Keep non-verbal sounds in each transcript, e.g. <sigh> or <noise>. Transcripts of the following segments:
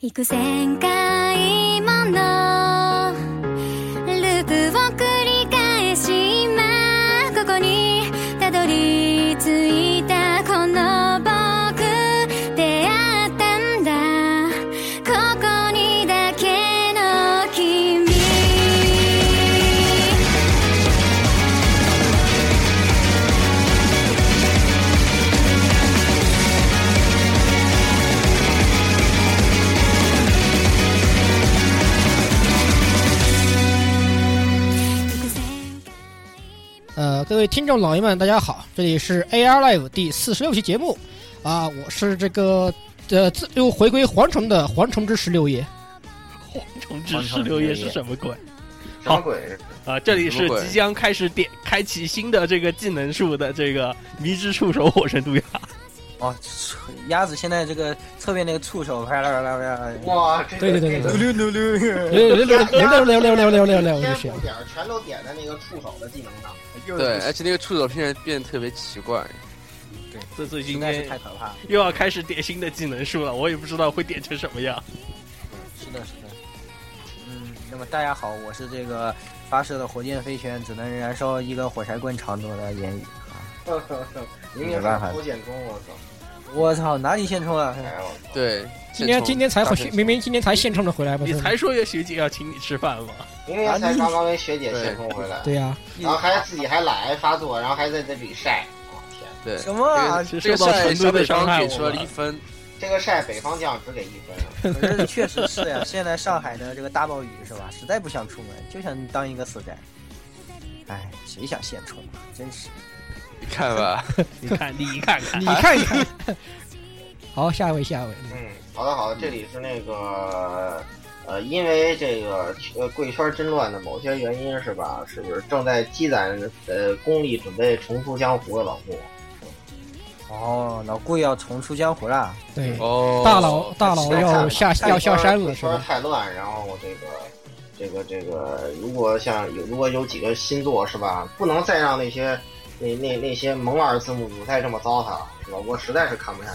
幾千回ものループを繰り返し今ここにたどり着いたこの僕出会ったんだここにだけの君呃，各位听众老爷们，大家好，这里是 AR Live 第四十六期节目啊，我是这个呃自又回归蝗虫的蝗虫之十六爷。重置十六夜是什么鬼什么鬼？啊？这里是即将开始点开启新的这个技能树的这个迷之触手火神毒牙，哦，触鸭子现在这个侧面那个触手拍啦啦啦啦，哇，这对个对对对这对个溜溜溜，六六六六六六六六六六就天是赋点儿全都点在那个触手的技能上，又对，而且那个触手现在变得特别奇怪，这最实今在是天太可怕了。又要开始点新的技能树了，我也不知道会点成什么样。是的，是的。嗯，那么大家好，我是这个发射的火箭飞拳只能燃烧一根火柴棍长度的言语。明明没办法是偷剑中，我操！我操，哪里现充了？哎呦，我对，今天现充今天才回大，现明明今天才现充的回来不你是？才说有学姐要请你吃饭嘛？明明才刚刚跟学姐现充回来，对呀、然后还自己还懒癌发作，然后还在这里晒，我天！对什么啊？是这个受到程度赛小的北伤方害给出我了一们。分，这个晒北方酱只给一分，可是确实是呀、现在上海的这个大暴雨是吧？实在不想出门，就想当一个死宅。哎，谁想现充啊？真是。你看吧，你看，你看 <laughs> 看 <laughs> 你，看一看。好，下一位，下一位。嗯，好的好的，这里是那个呃，因为这个呃贵圈真乱的某些原因是吧？是不是正在积攒呃功力准备重出江湖的老顾？哦，老顾要重出江湖啦！对，哦，大佬大佬太惨要了下太要下山了贵是圈吧？太乱，然后这个这个这个，如果像有如果有几个新作是吧，不能再让那些那那那些萌二字幕组再这么糟蹋了，是吧？我实在是看不下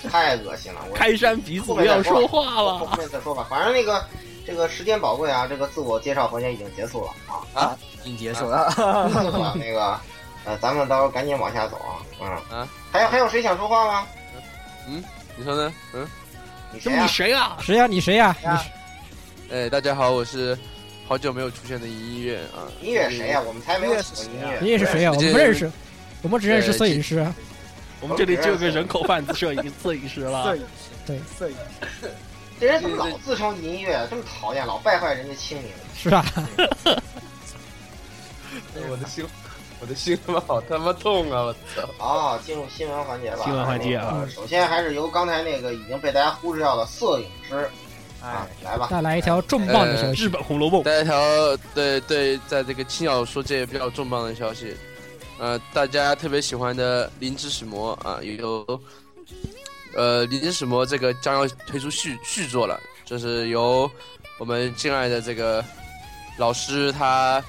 去，太恶心了。我开山鼻祖要说话 <laughs> 后了。面再说吧，反正那个这个时间宝贵啊，这个自我介绍环节已经结束了啊，已经结束了，结束了那个。呃，咱们到时候赶紧往下走啊，嗯，啊还有还有谁想说话吗？你说呢？嗯，你谁呀、你谁啊？谁呀、你谁呀、呀你谁哎，大家好，我是好久没有出现的音乐啊，音乐谁呀、我们才没有音乐请是过谁音呀乐，你也是谁呀、对我们不认识，我们只认识摄影师啊。我们这里就有个人口贩子摄影摄影师啊了。影师，对 <laughs> 摄影师，这人怎么老自称音乐，这么讨厌，老败坏人家清明。是吧？哎我的心，我的心他妈好他妈痛啊！我操，啊、进入新闻环节吧。新闻环节啊那个首先还是由刚才那个已经被大家忽视掉的摄影师啊哎，，来吧。带来一条重磅的消息日，本《红楼 <laughs> 梦》大家条对对，在这个轻小说界比较重磅的消息，呃，大家特别喜欢的《灵之使魔》啊，有呃《灵之使魔》这个将要推出续续作了，就是由我们敬爱的这个老师他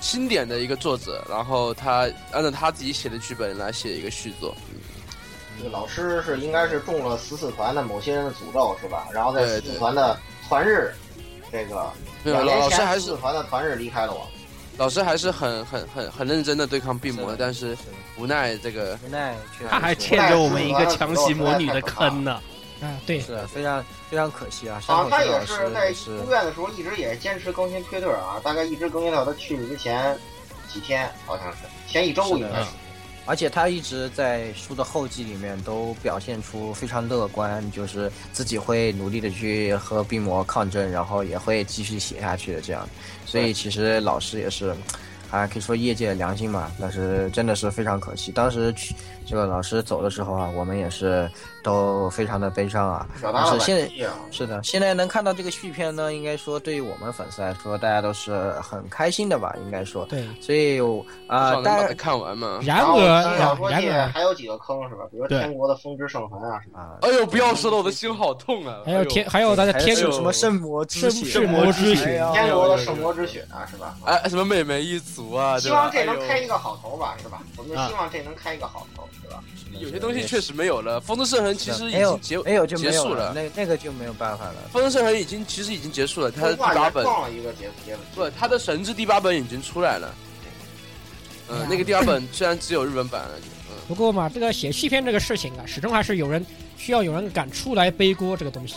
钦点的一个作者，然后他按照他自己写的剧本来写一个续作，这个老师是应该是中了十四团的某些人的诅咒是吧？然后在对十对四团的团日，这个没有老两年老师前还十是四团的团日离开了我。老师还是很很很很认真的对抗病魔，但是无奈这个无奈确实他还是欠着我们一个强袭魔女的坑呢。啊，对，是非常非常可惜啊！山好口像他秀也老师是在也是住院的时候一直也坚持更新推特啊，大概一直更新到他去世之前几天，好像是前一周是应的该是。而且他一直在书的后记里面都表现出非常乐观，就是自己会努力的去和病魔抗争，然后也会继续写下去的这样。所以其实老师也是，啊，可以说业界的良心吧。但是真的是非常可惜，当时去这个老师走的时候啊，我们也是都非常的悲伤啊。表达了是现惋惜啊。是的，现在能看到这个续篇呢，应该说对于我们粉丝来说，大家都是很开心的吧，应该说。对。所以我啊、少能大把家它看完嘛。然后新小而，说然界而，还有几个坑是吧？比如对天国的风之圣痕啊什么。啊，哎呦，不要说的，我的心好痛啊！还哎有呦天，还哦有大家还天是狗什么圣魔之圣血，圣魔之血哎哦呀天国的圣魔之血啊，是吧？哎，什么美眉一族啊，希对望吧？这能哎呦开一个好头吧，是吧？我们就啊希望这能开一个好头，是吧？是有些东西确实没有了。风之圣痕其实已没有经结没有就没结有束了那那个就没有办法了。风之圣痕已经其实已经结束了，它的动第画八也本放了一个结结不，它的神之第八本已经出来了。嗯、那个第八本虽然只有日本版了，就嗯，不过嘛，这个写续篇这个事情啊，始终还是有人需要有人敢出来背锅这个东西，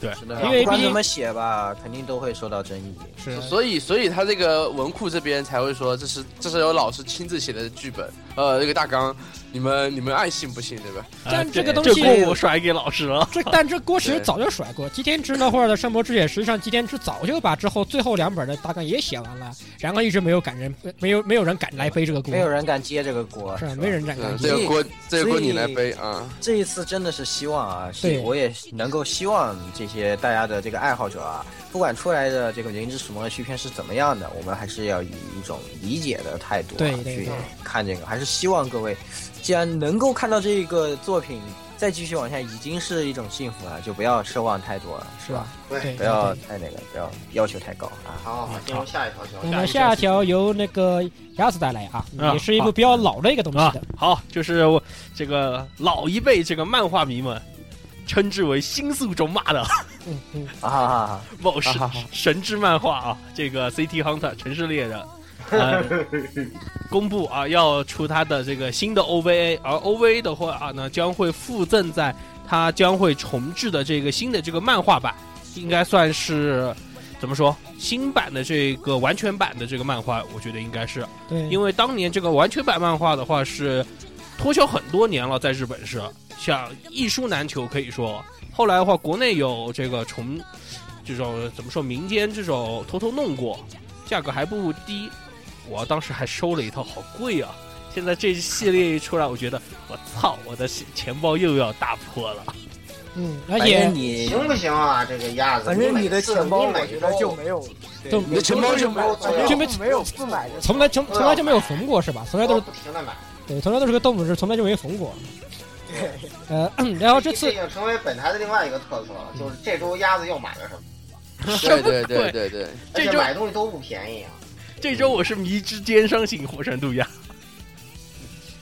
对吧？是的，因为不管毕竟嗯怎么写吧，肯定都会受到争议。是所以所以他这个文库这边才会说这是这是由老师亲自写的剧本，呃，这个大纲，你们你们爱信不信对吧？但这个东啊这西锅我甩给老师了。这但这锅其实早就甩过，吉田之呢或者的圣魔之血，实际上吉田之早就把之后最后两本的大纲也写完了，然后一直没有敢人，没有没有人敢来背这个锅没，有人敢接这个锅，是啊吧没。人敢嗯敢，这接。个锅这个锅所以你来背啊。这一次真的是希望啊，对希我也能够希望这些大家的这个爱好者啊，不管出来的这个《灵之使魔》的续篇是怎么样的，我们还是要以一种理解的态度、啊、对对去对看这个。还是希望各位，既然能够看到这个作品，再继续往下，已经是一种幸福了，就不要奢望太多了，是吧？？对对，不要对太那个，不要要求太高啊。好，好进入下一条消那息。么下一条由那个鸭子带来啊，啊也是一部比较老的一个东西啊的，，好，就是我这个老一辈这个漫画迷们称之为新宿中骂的嗯嗯，啊哈哈哈！某神啊好神之漫画啊，这个 CT Hunter 城市猎 <laughs> 人。呃公布啊，要出它的这个新的 OVA，而 OVA 的话啊呢，将会附赠在它将会重置的这个新的这个漫画版，应该算是怎么说新版的这个完全版的这个漫画，我觉得应该是对，因为当年这个完全版漫画的话是脱销很多年了，在日本是像一书难求，可以说。后来的话，国内有这个重这种怎么说民间这种偷偷弄过，价格还不低，我当时还收了一套，好贵啊！现在这系列一出来，我觉得我操，我的钱包又要大破了。嗯，而反且正你，行不行啊？这个鸭子，反正你的每次钱包你我每觉得周就没有了，就对，没你的钱包就没有没有就没有不买的，从来从从来就没有缝过是吧？从来都都是不停的买。对，从来都是个动物，是从来就没缝过。呃，然后这次已经成为本台的另外一个特色了，就是这周鸭子又买了什么，对对对对对，而这且周买东西都不便宜啊。 <laughs> 这周我是迷之奸商型火神渡鸦，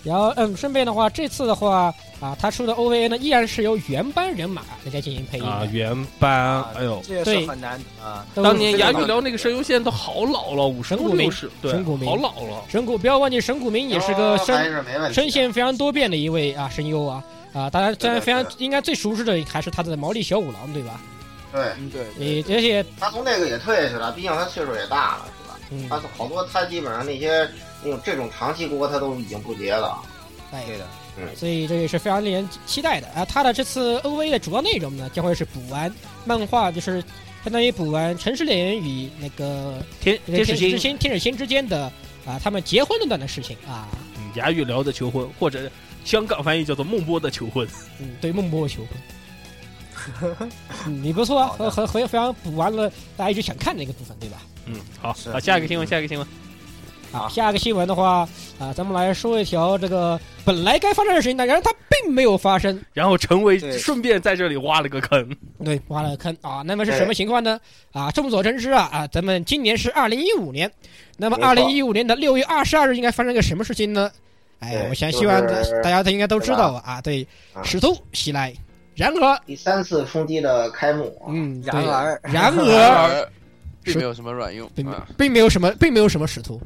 然后，嗯，顺便的话，这次的话啊，他出的 OVA 呢，依然是由原班人马来进行配音的。啊原班哎啊呦，这也对是很难啊。都是当年雅雅语语聊聊那那个个声声优优现在都好老了，五十神多谷明六十，对神谷，明好老了。神谷，不要忘记神谷明也是个哦还声是没问题。声线非常多变的一位啊声优啊啊，当然虽然对的非常对应该最熟知的还是他的毛利小五郎对吧？对嗯对对你而且他从那个也退下去了，毕竟他岁数也大了，是吧？嗯，他好多他基本上那些那种这种长期锅他都已经不接了。哎，对的，所以这也是非常令人期待的啊。他的这次 OVA 的主要内容呢，将会是补完漫画，就是相当于补完《城市猎人》与那个天这个天使之星，心、天使心之间的啊，他们结婚那段的事情啊，嗯雅语聊的求婚，或者香港翻译叫做孟波的求婚。嗯，对孟波求婚。嗯你不错啊，好和的和和非常补完了大家一直想看的一个部分，对吧？嗯，好，是好，下一个新嗯闻，下一个新闻。啊，下一个新闻的话啊，咱们来说一条这个本来该发生的事情，但然而它并没有发生，然后陈为对顺便在这里挖了个坑，对，挖了个坑啊。那么是什么情况呢？啊，众所周知啊啊，咱们今年是二零一五年，那么没错二零一五年的六月二十二日应该发生个什么事情呢？哎，对我想就希望是大家都应该都知对吧道啊，对，啊使徒袭来。然而，第三次冲击的开幕啊，嗯，然对而，然 <laughs> 然而而并没有什么卵用并没啊，并没有什么，并没有什么使徒。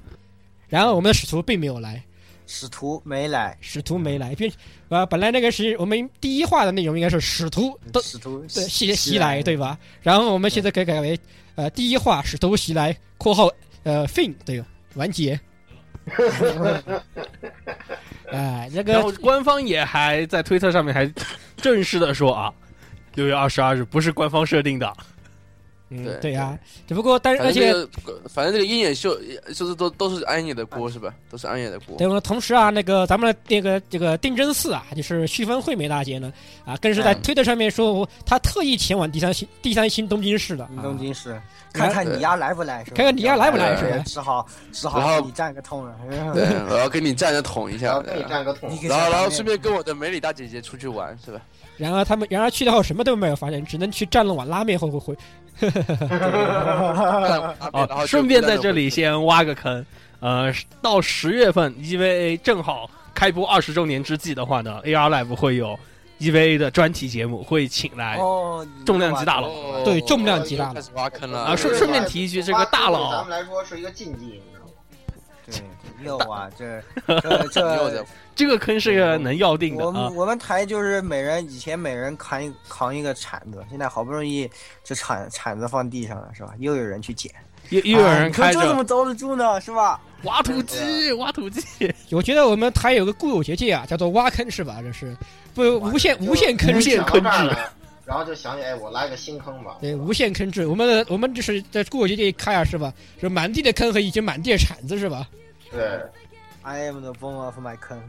然而我们的使徒并没有来，使徒没来，使徒没来，并呃本来那个是我们第一话的内容应该是使徒都使徒对袭袭袭来对吧？然后我们现在改改为呃第一话使徒袭来（括号呃 fin 对吧完结）。哎，这然后个官方也还在推特上面还正式的说啊，六月二十二日不是官方设定的，嗯对对啊，只不过但是而反正且这个呃反正这个鹰眼秀就是都都是安野的锅是吧？都是安野的锅。对，我们同时啊，那个咱们的那个这个定真寺啊，就是旭峰惠美大姐呢，啊，更是在嗯推特上面说，我她特意前往第三新第三新东京市嗯的、啊东京市，看看你丫来不来是吧？看看你丫来不来要是吧只好只然好后给你占个痛啊了。对，嗯我要跟你站着捅一然下后，给你占个痛你。给然后然后顺顺便跟我的美里大姐姐出去玩是吧？然而他们，然而去了后什么都没有发现，只能去战乱碗拉面后后悔。哦然后顺便在这里先挖个坑。呃，到十月份 EVA 正好开播二十周年之际的话呢，AR Live 会有 EVA 的专题节目，会请来哦，哎重量级大佬哦对重量级大佬又开始挖坑了啊，顺顺便提一句，这个大对咱佬们来说是一个禁忌，你知道吗？对，六啊，这 <laughs> 这又这在这个坑是个能要定的我啊们。我们台就是每人以前每人扛一扛一个铲子，现在好不容易这铲铲子放地上了是吧？又有人去捡，又又有人开啊、你说这怎着么遭得住呢是吧？挖土机，挖土机，我觉得我们台有个固有结界啊，叫做挖坑是吧？这是不无限就无限坑无制限想到坑这儿制了，然后就想起哎，我来个新坑 <laughs> 吧。对，无限坑制，我们的我们就是在固有结界开啊，是吧？是满地的坑和已经满地的铲子，是吧？ <laughs> 对， I am the bone of my 啊坑，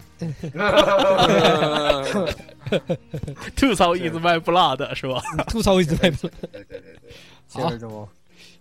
吐槽 is my blood 是吧？吐槽一 <laughs> 直在不对对对对，好就是这么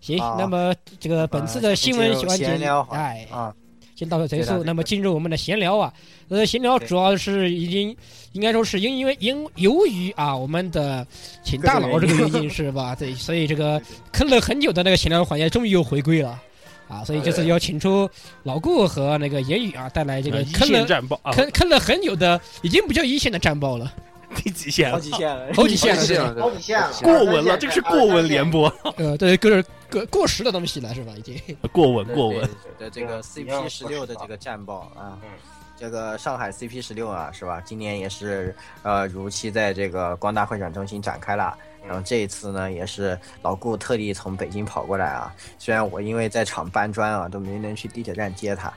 行啊，那么这个本啊次的新闻环节闲聊，好哎，啊，先到此结对的对束。的那么进入我们的闲聊啊，呃，闲聊对主要是已经应该说是因因为因由于啊我们的请大佬这个原因是吧？对，所以这个坑了很久的那个闲聊环节终于又回归了啊，所以这次要请出老顾和那个言语啊带来这个一坑线了战报啊，坑坑了很久的，已经不叫一线的战报了，第几线好了？几线了，好几线了了，对好几线了，过文了，这个是过文联播，呃，对，各种各过时的东西了是吧？已经。过文过文。的这个 CP 十六的这个战报啊嗯，这个上海 CP 十六啊，是吧？今年也是呃如期在这个光大会展中心展开了。嗯然后这一次呢，也是老顾特地从北京跑过来啊。虽然我因为在厂搬砖啊，都没能去地铁站接他，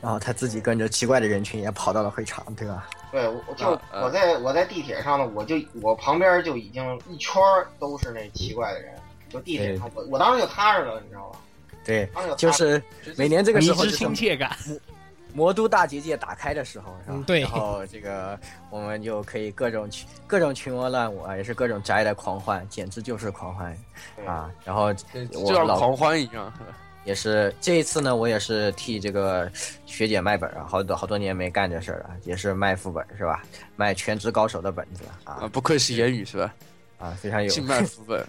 然后他自己跟着奇怪的人群也跑到了会场，对吧？对，我我就啊啊我在我在地铁上呢，我就我旁边就已经一圈儿都是那奇怪的人，就地铁哎上，我我当时就踏实了，你知道吧？对，当时踏实就了是每年这个迷时候之就是亲切感，魔都大结界打开的时候，是吧？嗯对然后这个我们就可以各种群各种群魔乱舞啊，也是各种宅的狂欢，简直就是狂欢对啊！然后 <laughs> 就我像老狂欢一样，也是这一次呢，我也是替这个学姐卖本啊，好多好多年没干这事儿了，也是卖副本是吧？卖全职高手的本子啊，啊不愧是言语是吧？啊，非常有。静脉副本，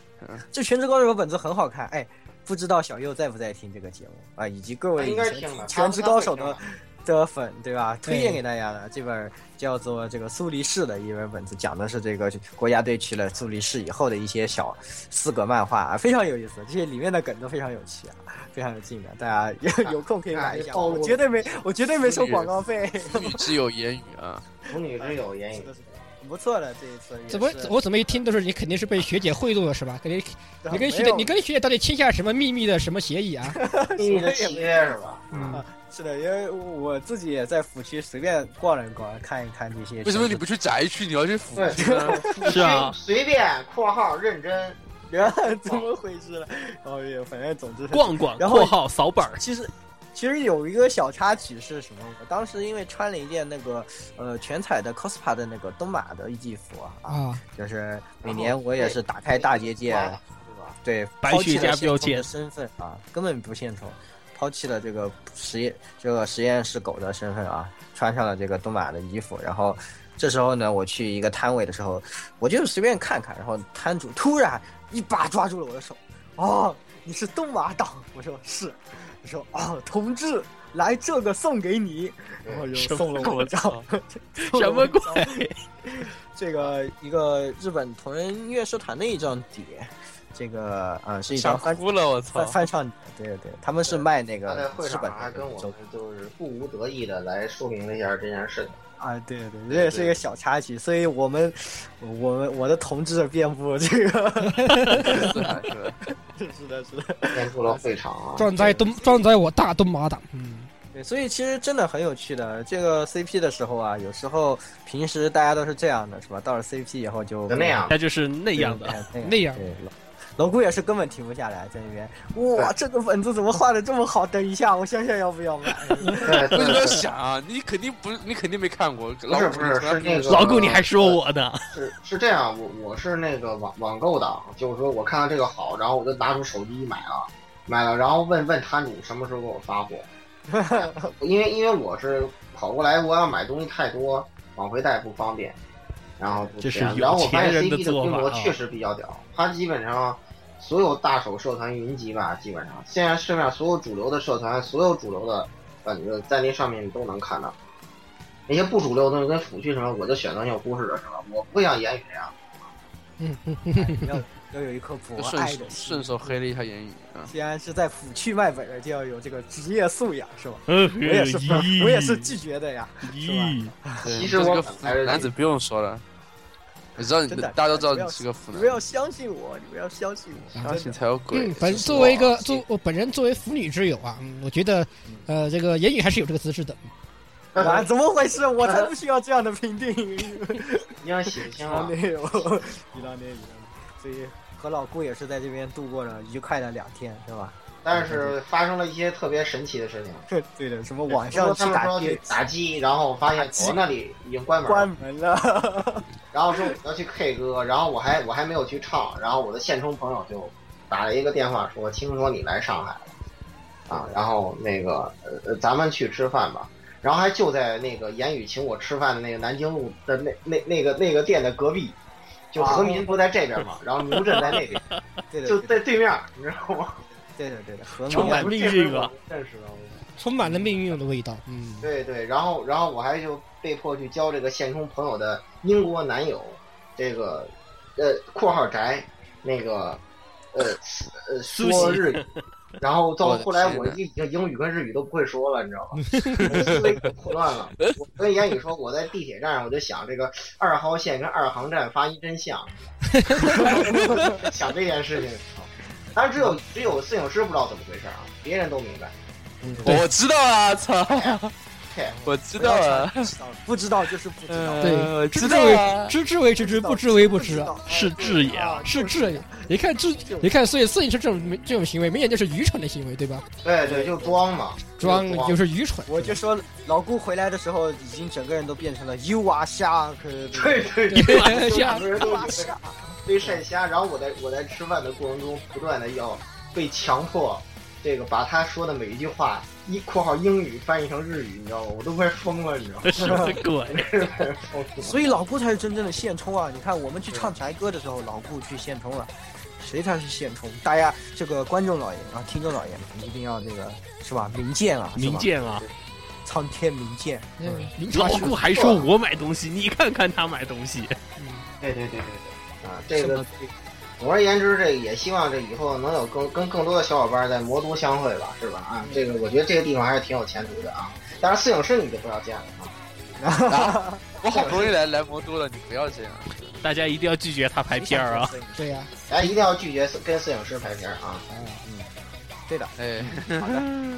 这全职高手的本子很好看，哎，不知道小右在不在听这个节目啊，以及各他位应该以前听了，他全职高手他会的听的的粉，对吧？对推荐给大家的这本叫做《这个苏黎世》的一本本子，讲的是这个国家队去了苏黎世以后的一些小四格漫画啊，非常有意思。这些里面的梗都非常有趣啊，非常有劲感，大家有有空可以买 <laughs> 一哎下。暴露我了绝对没，我绝对没收广告费，妇女之有言语啊，腐女之友言语，很不错的这一次也是。怎么我怎么一听都是你肯定是被学姐贿赂了是吧？肯定你跟学没姐有你跟学姐到底签下什么秘密的什么协议啊？ <laughs> 你的契约是吧？嗯，是的，因为我自己也在府区随便逛了逛，看一看这些。为什么你不去宅区，你要去嗯腐对？ <laughs> 是啊随便（括号认真然后 <laughs> 怎么回事了？哦，也反正总之是逛逛（然后括号扫板儿其实其实有一个小插曲是什么？我当时因为穿了一件那个呃全彩的 cospa 的那个东马的一季服啊，啊，就是每年我也是打开大结界，对吧？对，白抛弃雪了家标献丑签的身份啊，根本不献丑，抛弃了这个实验这个实验室狗的身份啊，穿上了这个东马的衣服，然后。这时候呢，我去一个摊位的时候，我就随便看看，然后摊主突然一把抓住了我的手，哦，你是东马党？我说是，我说哦，同志，来这个送给你，然后就什么送了我一 <laughs> 张狗， <laughs> 送了什我么一鬼？张这个一个日本同人音乐社团的一张碟，这个啊、呃是一想张翻哭了，我操翻！翻唱碟，对对哦对，他们是卖那他个在会日上本还的跟我周们就是不无得意的来说明了一下这件 <laughs> 事情。啊，对对对，这也是一个小插曲，所以我们我们我的同志遍布这个， <laughs> 是吧是吧是的是的，变出了会场啊，壮哉东壮哉我大东马党，嗯，对，所以其实真的很有趣的。这个 CP 的时候啊，有时候平时大家都是这样的，是吧？到了 CP 以后就就那样他就是那样的。对那样对，龙姑也是根本停不下来，在那边哇，这个本子怎么画的这么好？等一下，我想想要不要 <laughs> 买？<laughs> 为对对什么对要想啊？你肯定不，你肯定没看过。不是不是是那个老顾，你还说我呢？是是这样，我我是那个网网购党，就是说我看到这个好，然后我就拿出手机买啊了，买了，然后问问摊主什么时候给我发货，因为因为我是跑过来，我要买东西太多，往回带不方便，然后就这是样有然后我发钱现人的 CP 的做规法模啊确实比较屌，它基本上所有大手社团云集吧，基本上现在市面上所有主流的社团，所有主流的本子在那上面你都能看到。那些不主流的东西跟腐剧什么，我就选择性忽视的是吧？我不想言语这啊样。要要有一颗博就顺爱手的心顺。手黑了一下言语 <laughs> 啊。既然是在腐去卖本儿，就要有这个职业素养，是吧？嗯，我也是， <laughs> 我也是拒绝的呀。是吧对其实这是我个本腐来是男子，不用说了，我知道你真的大家都知道不你要是个腐你男们，要相信我，你们要嗯相信我，相真信的。才有鬼嗯。，本真是作为一个哇作，我本人作为腐女之友啊，嗯我觉得，呃，这个言语还是有这个资质的。啊，怎么回 <laughs> 事？我才不需要这样的评定。 <laughs> 你想写清当 <laughs> <laughs> 啊？年有，一当年有，所以和老顾也是在这边度过了愉快的两天，是吧？ <laughs> 但是发生了一些特别神奇的事情。对的，什么晚网上上去他们打说去 <laughs> 街打机，然后发现机我那里已经关门关了，门 <laughs> 了，然后说我要去 K 歌，然后我还我还没有去唱，然后我的现充朋友就打了一个电话说，听说你来上海了，啊，然后那个呃咱们去吃饭吧，然后还就在那个言语请我吃饭的那个南京路的那那那个那个店的隔壁。就和民不在这边嘛，然后牛镇在那边，哦 <laughs> 对的，就对的在对面，你知道吗？对的，对的，和充满面命运啊！认识了，我充满了命运的味道。嗯，对对，然后然后我还就被迫去交这个现充朋友的英国男友，这个呃（括号宅）那个呃呃苏说西日语，然后到我的后来天我呐已经英语跟日语都不会说了，你知道吗？ <laughs> 我思维混乱了。我跟言语说我在地铁站，我就想这个二号线跟二航站发音 <laughs> 真像，想这件事情。当然只有只有摄影师不知道怎么回事啊，别人都明白。 <laughs> 我知道啊，操，嘿，我知道啊，不知道就是不知啊道，对呃我知知之道为啊，知之为知之，不知为不知啊，是智也啊，是智也。你看智，你看，所以摄影师这种这种行为，明显就是愚蠢的行为，对吧？对对，就装嘛，装就装就是愚蠢。我就说老顾回来的时候，已经整个人都变成了 You are shark， <laughs> 对对对 <laughs> 对。就像两个人都，You are shark，被晒瞎，然后我在我在吃饭的过程中不断的要被强迫这个把他说的每一句话一（括号英语）翻译成日语，你知道吗？我都快疯了，<laughs> 你知道吗？这什么鬼？疯了所以老顾才是真正的现充啊！你看我们去唱宅歌的时候，老顾去现充了，谁才是现充？大家这个观众老爷啊，听众老爷们一定要这个是吧？明鉴啊，是吧明，鉴啊！苍天明鉴。嗯明察老秋顾还说我买东西，你看看他买东西，对对对对对，啊，这这个总而言之，这个也希望这以后能有更跟更多的小伙伴在魔都相会吧，是吧？啊，这个我觉得这个地方还是挺有前途的啊。当然，摄影师你就不要见了啊。我好不容易来来魔都了，你不要这样。大家一定要拒绝他拍片儿啊！！对呀，大家一定要拒绝跟摄影师拍片儿啊。对的， <laughs> 哎，好的。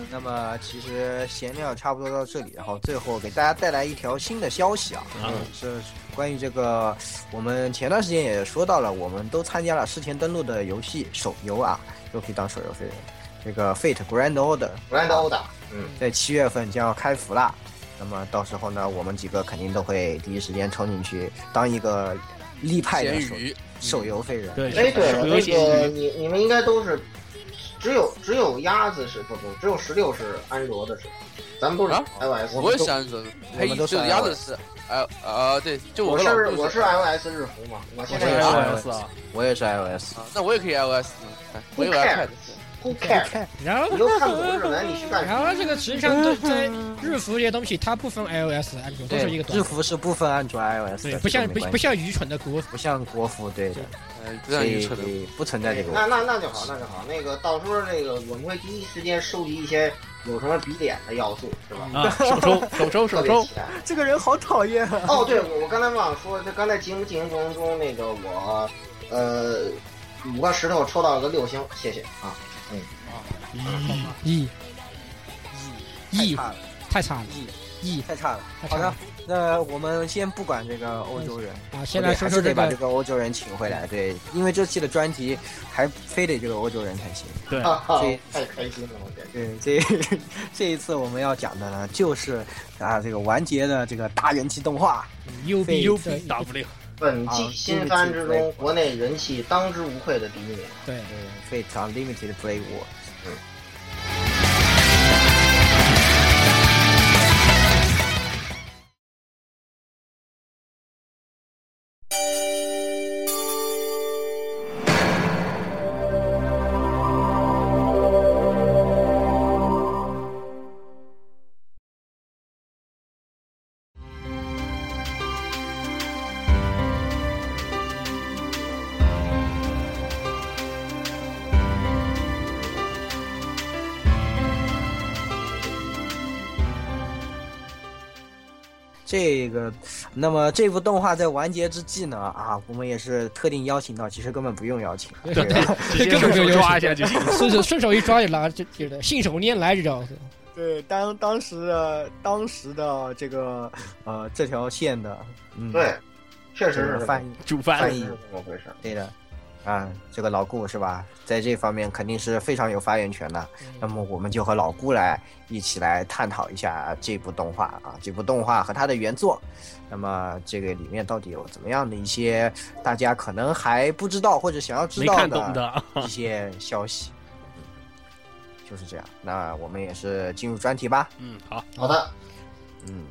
那么其实闲聊差不多到这里，然后最后给大家带来一条新的消息啊，啊是关于这个我们前段时间也说到了，我们都参加了事前登录的游戏手游啊，又可以当手游费。这个 Fate Grand Order 布兰欧的，嗯，在七月份将要开服啦。那么到时候呢，我们几个肯定都会第一时间冲进去当一个立派的咸手鱼，嗯手游废人。对，哎，对手了，游那个咸鱼，你你们应该都是，只有只有鸭子是不不，只有石榴是安卓的是，咱们都是啊 iOS。我也是安卓的，我嘿们都，是这鸭子是，哎啊，对，就我和老是顾我是 iOS 日服嘛，我现在也我是是 iOS 啊，我也是 iOS，啊那我也可以 iOS，呢哎我有 Who iPad cares？。Who care？然后你都看不懂日文，你去干什然么？后这个实际上都在日服这些东西，它不分 iOS、安卓，都是一个对，东日西。服是不分安卓 iOS 对，的，不像这个不没关系不像愚蠢的国服。不像国服，对的，哎，不所让愚以蠢的，不存在这个问那题。那那就好，那就好。那个到时候那个我们会第一时间收集一些有什么比点的要素，是吧？啊，手抽手抽特手别抽，期待。哎这个人好讨厌啊！哦，对，我我刚才忘了说，就刚才节目进行过程中，那个我，呃，五个石头抽到了个六星，谢谢啊。咦太咦，差了，太差了， E 咦太差了。太差好的了，那我们先不管这个欧洲人，啊！先来我说得说还是这得把这个个欧洲人请回来。对，因为这期的专题还非得这个欧洲人才行。对，哈 <laughs> 哈对，太开心了，我觉得。对，这 <laughs> 这一次我们要讲的呢，就是啊，这个完结的这个大人气动画。 U B 对 U 对 B W 本季新番之中，国内人气当之无愧的第一名。对，对，非常 limited play 我。这个，那么这部动画在完结之际呢，啊，我们也是特定邀请到，其实根本不用邀请，啊对 <laughs> 对吧直接顺手抓一下就行。顺手顺手一抓就拿，就觉得信手拈来这种。对，当当时的当时的这个呃这条线的，嗯，对，确这实个是翻译煮饭翻译是这么回事儿。对的，啊，这个老顾是吧，在这方面肯定是非常有发言权的。嗯那么我们就和老顾来一起来探讨一下这部动画啊，这部动画和它的原作，那么这个里面到底有怎么样的一些大家可能还不知道或者想要知没道看懂的，一些消息。嗯就是这样，那我们也是进入专题吧。嗯，好，好的，嗯，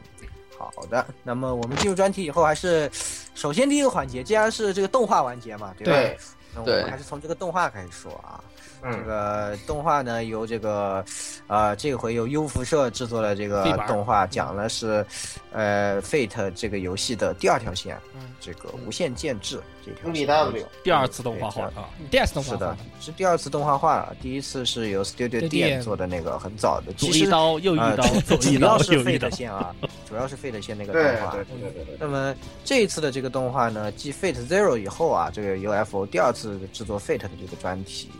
好的。那么我们进入专题以后，还是首先第一个环节，既然是这个动画环节嘛，对吧？对那我对们还是从这个动画开始说啊。这嗯，个动画呢，由这个，呃，这回由优辐射制作的这个费板动画，讲的是，呃，Fate 这个游戏的第二条线嗯，这个无限建制这条线。 UBW 第二次动画画对啊，第二次动画嗯是的，是第二次动画化了。第一次是由 Studio Studio D D 做的那个很早的，左其一实刀，右一呃刀，左一主刀要，是右一 Fate 刀。线啊，主要是 Fate 线那个对动对画。对对对对，那么这一次的这个动画呢，继 Fate Zero 以后啊，这个 UFO 第二次制作 Fate 的这个专题，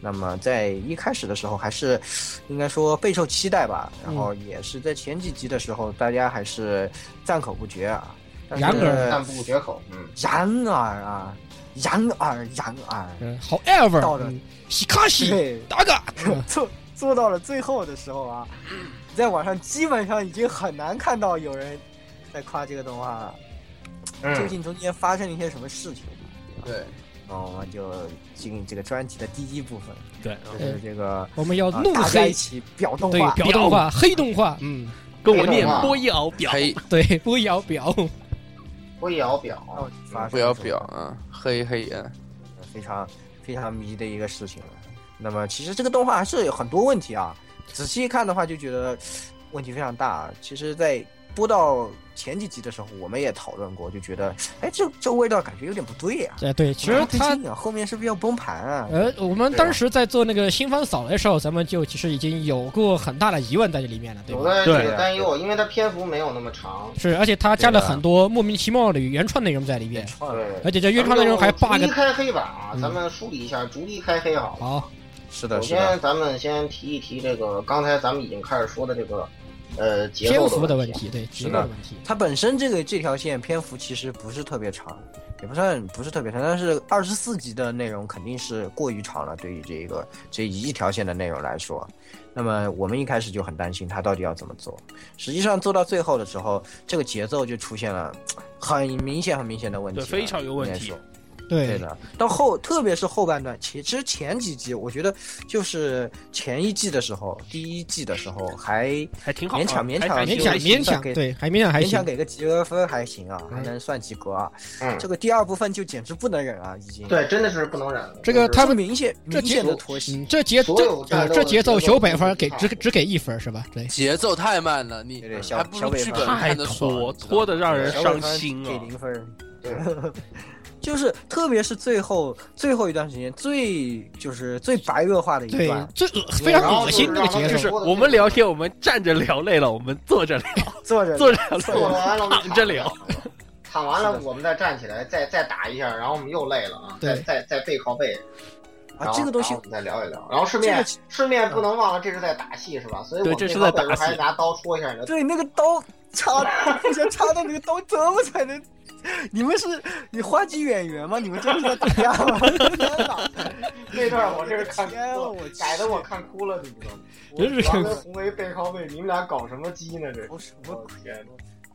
那么在一开始的时候还是应该说备受期待吧，然后也是在前几集的时候，大家还是赞口不绝啊。但是然而但嗯不绝口，嗯，然而啊，然而然而，嗯到了，However，西卡西对，打个，做做到了最后的时候啊，在网上基本上已经很难看到有人在夸这个动画了，究嗯，竟中间发生了一些什么事情？对，那我们就进入这个专题的第一部分，对，就是这个、我们要啊怒大家黑一，起表动对画，，表动画，黑动画，嗯，跟我念黑动画波一敖表，黑对，不摇 <laughs> 表，不摇表，到底哦发生了不要什么表啊，黑黑啊，非常非常迷的一个事情了。那么其实这个动画还是有很多问题啊，仔细一看的话就觉得问题非常大。啊其实，在播到前几集的时候，我们也讨论过，就觉得，哎，这这味道感觉有点不对啊。哎，对，其实不太他对劲啊后面是不是要崩盘啊？呃，我们当时在做那个新番扫雷的时候，咱们就其实已经有过很大的疑问在这里面了，对有吧？的这对个担忧，因为它篇幅没有那么长，是，而且他加了对的啊很多莫名其妙的原创内容在里面，创对。而且这原创内容哎还 bug 逐一。开黑吧啊，嗯咱们梳理一下，逐一开黑好了。好，是首的，是的，先，咱们先提一提这个刚才咱们已经开始说的这个，呃，节篇奏幅的问问。题，对，结是构的的问题，它本身这个这条线篇幅其实不是特别长，也不算不是特别长，但是二十四集的内容肯定是过于长了，对于这个这一条线的内容来说。那么我们一开始就很担心它到底要怎么做，实际上做到最后的时候，这个节奏就出现了很明显、很明显的问题对了，非常有问题应该说对对，的，到后特别是后半段，其其实前几集我觉得就是前一季的时候，第一季的时候还还挺好啊，勉强勉强还还勉挺强开心勉算强，给对，还勉强还勉行强，给个及格分还行啊，还嗯能算及格啊。嗯这，个第二部分就简直不能忍啊，已经。对，真的是不能忍。这个就是他这们明显这明显节的拖戏，嗯，这节所这有战呃斗这的节奏节奏小北都分是儿给差只不多只给一分儿是吧？对，节奏太慢了，你对对小还不小如北剧方本啊太看得爽拖你知道吗拖的让人小伤尾巴心给啊！零分儿。对，就是特别是最后最后一段时间最就是最白热化的一对段，，最恶非常恶心然那后个就节奏让他就是说的我们聊天，我们站着聊累了，我们坐着聊，坐着坐着聊累做了，完了我们躺着聊。 <laughs> 躺完了，我们再站起来，再再打一下，然后我们又累了啊，再对再再背靠背，然啊后这个东西然后我们再聊一聊，然后顺这便个其嗯顺便不能忘了，这是在打戏是吧？所以我对们这是背在靠打背时候还戏拿刀戳一下你 <laughs> 的，对那个刀插， <laughs> 想插到那个刀怎么才能？你们是你花季演员吗？你们真的是在打架吗？天哪！那段 <laughs> 我真是看 <laughs> 哭天啊了 <laughs> 我去改的我看哭了，你知道吗？真是我王跟红梅背靠背，你们俩搞什么鸡呢？这我什么我哦天，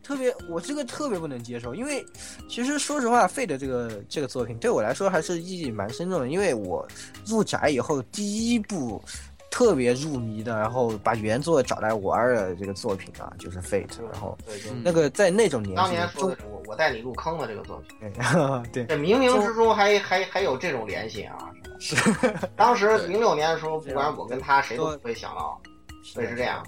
特别，我这个特别不能接受，因为其实说实话，费的这个这个作品对我来说还是意义蛮深重的，因为我入宅以后第一部特别入迷的，然后把原作找来玩的这个作品啊，就是《Fate》，然后对对嗯那个在那种年当纪年说中的，是我我带你入坑了这个作品，对， <laughs> 这冥冥之中还还还有这种联系啊！是 <laughs> 当时零六年的时候，不管我跟他谁都不会想到，所会以是这样。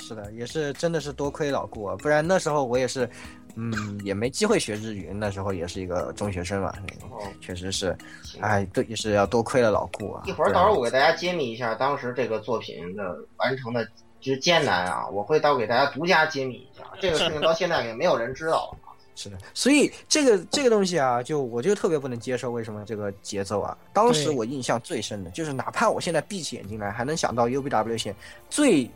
是的，也是真的是多亏老顾啊，不然那时候我也是，嗯，也没机会学日语，那时候也是一个中学生嘛，那个然后确实是，行哎，对，也是要多亏了老顾啊。一会儿到时候我给大家揭秘一下当时这个作品的完成的之艰难啊，我会到给大家独家揭秘一下。这个事情到现在也没有人知道了。啊是的，所以这个这个东西啊，就我就特别不能接受，为什么这个节奏啊？当时对我印象最深的就是，哪怕我现在闭起眼睛来，还能想到 UBW 线最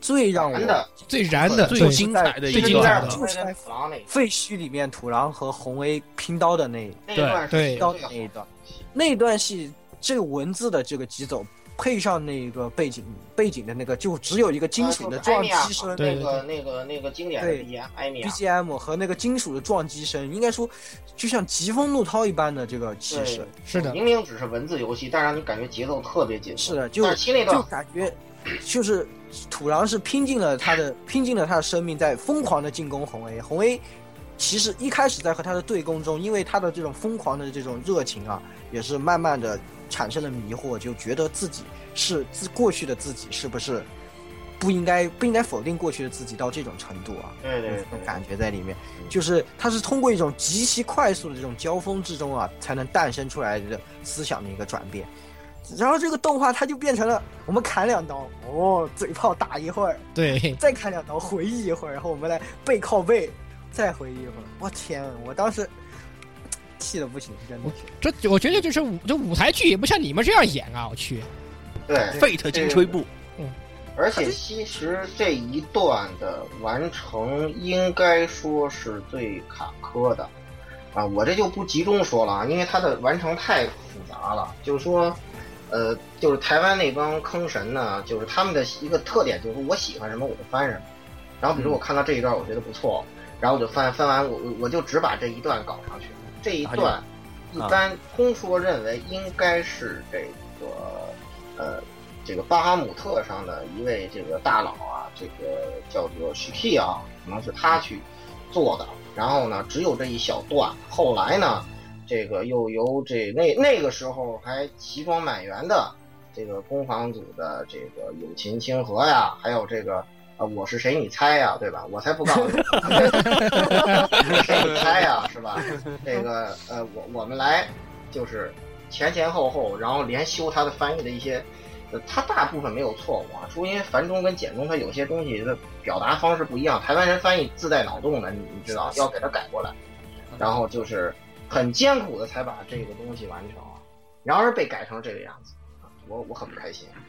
最让我真的，最燃的、最最精哎彩的一最就是精彩在的我们跟普朗那废墟里面土狼和红 A 拼刀的那那一段是对啊最刀好的的那一段，那一段戏，这个文字的这个急走，配上那个背景背景的那个，就只有一个啊金属的撞击声。对那个那个那个经典的对 BGM，艾米 BGM 和那个金属的撞击声，应该说就像疾风怒涛一般的这个气势，是的，明明只是文字游戏，但让你感觉节奏特别紧凑。是的，就但是七那就段感觉就是土狼是拼尽了他的拼尽了他的生命，在疯狂的进攻红 A。红 A 其实一开始在和他的对攻中，因为他的这种疯狂的这种热情啊，也是慢慢的产生了迷惑，就觉得自己是自过去的自己是不是不应该不应该否定过去的自己到这种程度啊？对对有对这种感觉在里面，就是它是通过一种极其快速的这种交锋之中啊，才能诞生出来的思想的一个转变。然后这个动画它就变成了我们砍两刀，哦，嘴炮打一会儿，对，再砍两刀回忆一会儿，然后我们来背靠背再回忆一会儿。我天，我当时气的不行，真的是。这我觉得就是舞这舞台剧也不像你们这样演啊！我去，对， Fate 金吹部，而且其实这一段的完成应该说是最坎坷的，啊，我这就不集中说了啊，因为它的完成太复杂了。就是说，呃，就是台湾那帮坑神呢，就是他们的一个特点就是我喜欢什么我就翻什么，然后比如我看到这一段我觉得不错，然后我就翻翻完我我我就只把这一段搞上去，这一段一般通说认为应该是这个呃这个巴哈姆特上的一位这个大佬啊，这个叫做 Shiki 啊，可能是他去做的。然后呢，只有这一小段，后来呢，这个又由这那那个时候还奇装满员的这个攻防组的这个友情清河呀，还有这个。啊，我是谁？你猜呀，对吧？我才不告诉你， <laughs> 我是谁你猜呀，是吧？这个呃，我我们来就是前前后后，然后连修他的翻译的一些，呃，他大部分没有错误啊，除因为繁中跟简中它有些东西的表达方式不一样，台湾人翻译自带脑洞的，你你知道，要给他改过来，然后就是很艰苦的才把这个东西完成啊，然后是被改成这个样子，啊我我很不开心，啊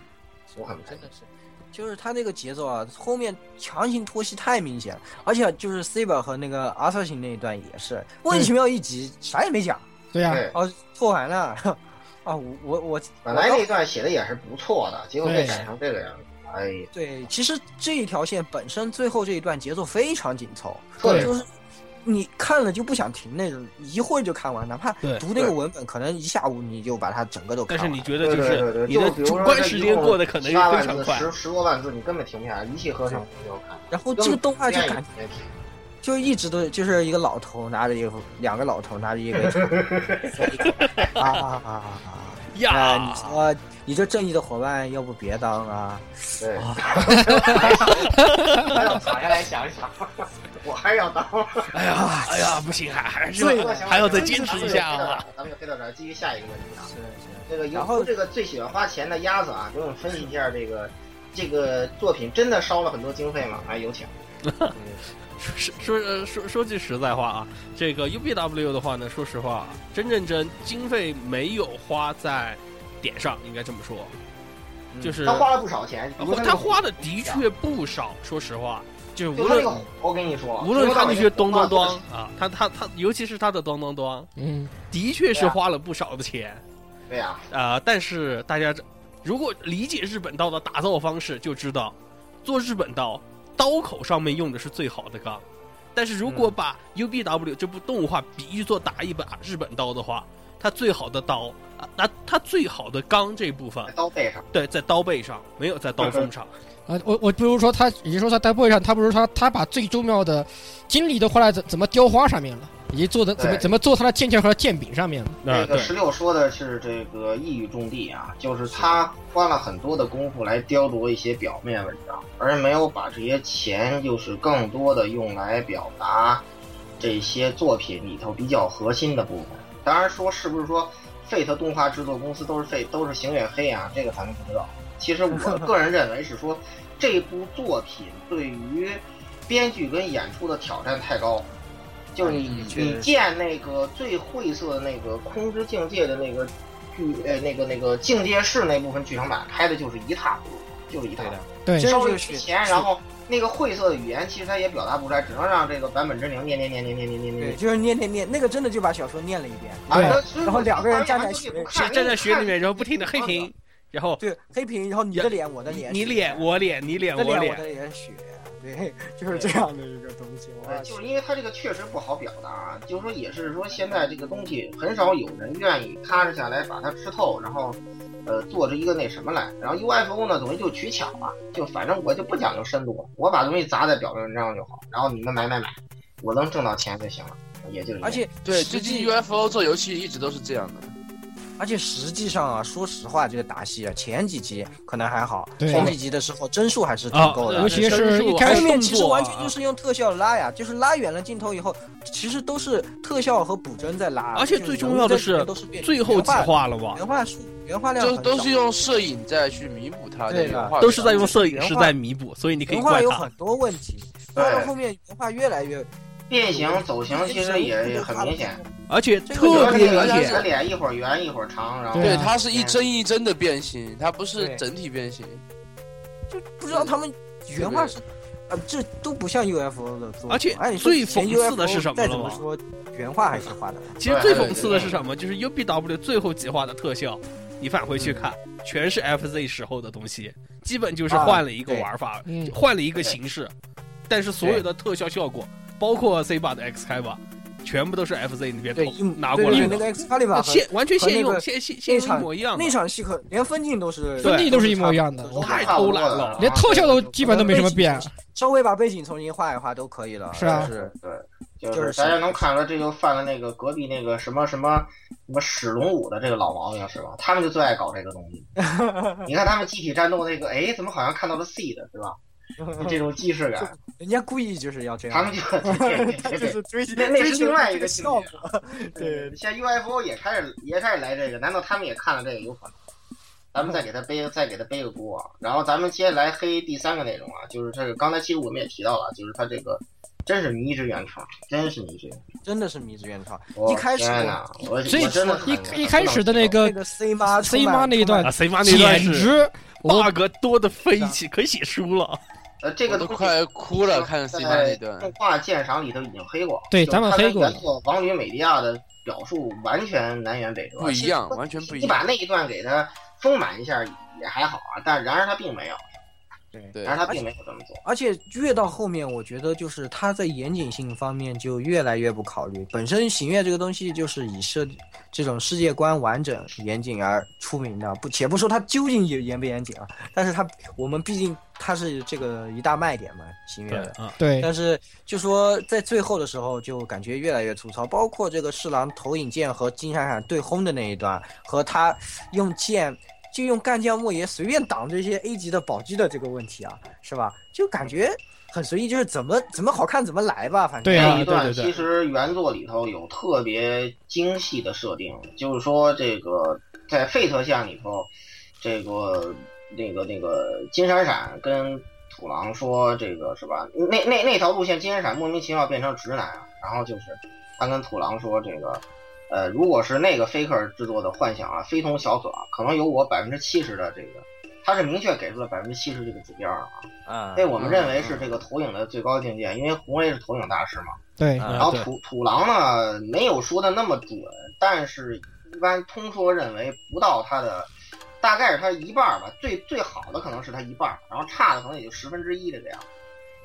我很不开真心的，是，就是他那个节奏啊，后面强行拖戏太明显了，而且就是 Saber 和那个阿瑟琴那一段也是莫名其妙一集啥也没讲，对啊呀、对，哦，破完了，啊，我我我本来那段写的也是不错的，结果被对改成这个样子，哎呀。对，其实这一条线本身最后这一段节奏非常紧凑，对就是你看了就不想停那种，一会儿就看完，哪怕对读那个文本，可能一下午你就把它整个都看但完。是你觉得对就对对是对，你的就比如主说观这时一间共过得可能18非万常字快，十十多万字你根本停不下来，一气呵成就看。然后这个动啊画就感觉觉就一直都就是一个老头拿着一个两个老头拿着一 <laughs> 个啊啊啊啊啊！啊，你呀，说你这正义的伙伴，要不别当啊？<laughs> 对，<laughs> 还要躺下来想一想，我还是要当。哎呀，哎呀，不行，还还是对还要再坚持一下啊！咱们就飞到这儿，继续下一个问题啊。是是，这个由然后这个最喜欢花钱的鸭子啊，给我们分析一下这个这个作品真的烧了很多经费吗？来，嗯有请。说说呃说说句实在话啊，这个 UBW 的话呢，说实话，啊真正真经费没有花在点上，应该这么说，就是呃他花了不少钱，比如啊他花的啊的确不少，说实话，就是就无他那论个我跟你说，无论他那那些咚咚咚啊，他他他，尤其是他的咚咚咚，嗯，的确是对啊花了不少的钱对呀，啊、但是大家这如果理解日本刀的打造方式，就知道做日本刀刀口上面用的是最好的钢。但是如果把 UBW 这部动画比喻做打一把日本刀的话，它最好的刀啊，那它最好的钢这部分在，刀背上，对，在刀背上，没有在刀锋上。啊，我我不如说他，也就是说他在会上，他不如说他他把最重要的精力都花在怎怎么雕花上面了，以及做的怎么对怎么做他的剑鞘和剑柄上面了。这啊，个对，十六说的是这个一语中的啊，就是他花了很多的功夫来雕琢一些表面文章，而没有把这些钱就是更多的用来表达这些作品里头比较核心的部分。当然说是不是说 Fate 动画制作公司都是 Fate 都是行月黑啊，这个咱们不知道。其实我个人认为是说，这部作品对于编剧跟演出的挑战太高，就是你、嗯确实你见那个最晦涩的那个空之境界的那个剧呃那个那个境界室那部分剧场版拍的就是一塌糊涂，就是一塌糊涂。对真稍微就提是前，然后那个晦涩的语言其实它也表达不出来，只能让这个版本之灵念念念念念念念对，念。就是念念念，那个真的就把小说念了一遍。啊，对那所以然后我两个人当站年在还雪不看站站在雪里面，然后不停的黑。那个屏，然后对，黑屏，然后你的脸，我的脸，你血脸我脸你脸你的我脸，我脸，的脸，血。对，就是这样的一个东西。看哇对，就是因为它这个确实不好表达啊，就是说也是说现在这个东西很少有人愿意踏实下来把它吃透，然后，呃，做出一个那什么来。然后 UFO 呢，等于就取巧啊，就反正我就不讲究深度了，我把东西砸在表面文章上就好，然后你们买买买，我能挣到钱就行了，也就是这样。而且对，实最际近 UFO 做游戏一直都是这样的。而且实际上啊，说实话，这个达西啊，前几集可能还好，对前几集的时候帧数还是挺啊够的。尤其是一开始后面其实完全动作啊就是用特效拉呀，就是拉远了镜头以后，其实都是特效和补帧在拉。而且就是最重要的是人物在里面都是变最后几话了吧，原画数原画量就很都少是用摄影再去弥补它的对的原画，都是在用摄影师在弥补，所以你可以原画怪有他很。多问题，到了后面原画越来越变形走形其实也也很明显。，而且这个特别明而且显，脸一会儿圆一会儿长，然后对对，啊它是一帧一帧的变形，它不是对整体变形。就不知道他们原画是，呃，这都不像 UFO 的作品。而且哎你说最讽刺的是什么 UFO 再怎了么吗说，原画还是画的。其实最讽刺的是什么？就是 UBW 最后几话的特效，你返回去看，全是 FZ 时候的东西，基本就是啊换了一个玩法，嗯就换了一个形式，但是所有的特效效果，包括 C 把的 X 开吧，全部都是 FZ 那边对，偷一模拿过来对对那的，个 Excalibur 和呃现完全现和那用，个现现现用一模一样的那。场戏可连分镜都是，对分镜都是一模一样的都都是太差不偷多懒的啊了连特效都基本都没什么变。啊稍微把背景重新画一画都可以了。是啊就是对，就就是是大家能看出来，这就犯了那个隔壁那个什么什么什么史龙武的这个老毛病是吧？他们就最爱搞这个东 <laughs> 西。你看他们集体战斗那个，哎，怎么好像看到了 C 的 <laughs> 是吧？就这种既视感，人家故意就是要这他样们，就 <laughs> 对他就对对是追求 <laughs> 那那追是求另外这一个效果境界。 <laughs> 对，现在 UFO 也开始也开始来这个，难道他们也看了这个？有可能。咱们再给他背个再给他背个锅、啊，然后咱们接下来黑第三个内容啊，就是这个刚才其实我们也提到了，啊就是他这个真是迷之原创，真是迷之原创。真的是迷之原创。我一开始天哪，我所以我真的很一一开始的那那个个 C 妈 C 妈那一段啊，C 妈那段简是直，我 bug 多的飞起，可以写书了。呃这个我都东西快哭了，看 C 妈那段动。画鉴赏里头已经黑过，对就是咱们它跟黑过原作《王女美迪亚》的表述完全南辕北辙，不一样其实完全不一样你把那一段给它丰满一下也还好啊，但然而他并没有，对然而他并没有这么做。而且越到后面，我觉得就是它在严谨性方面就越来越不考虑。本身行月这个东西就是以设这种世界观完整、严谨而出名的，不且不说它究竟严严不严谨啊，但是它我们毕竟它是这个一大卖点嘛，行月对的。啊，对但是就说在最后的时候，就感觉越来越粗糙，包括这个侍郎投影剑和金闪闪对轰的那一段，和他用剑就用干将莫邪随便挡这些 A 级的宝具的这个问题啊，是吧？就感觉很随意，就是怎么怎么好看怎么来吧，反正对啊这一段对对对其实原作里头有特别精细的设定，就是说这个在费特项里头，这个那个那个金闪闪跟土狼说这个是吧？那那那条路线金闪闪莫名其妙变成直男啊，然后就是他跟土狼说这个。呃，如果是那个 Faker 制作的幻想啊，非同小可啊，可能有我百分之七十的这个，他是明确给出了百分之七十这个指标啊，啊被我们认为是这个投影的最高境界，因为红威是投影大师嘛。对啊然后对土土狼呢，没有说的那么准，但是一般通说认为不到他的，大概是他一半儿吧，最最好的可能是他一半儿，然后差的可能也就十分之一这个样。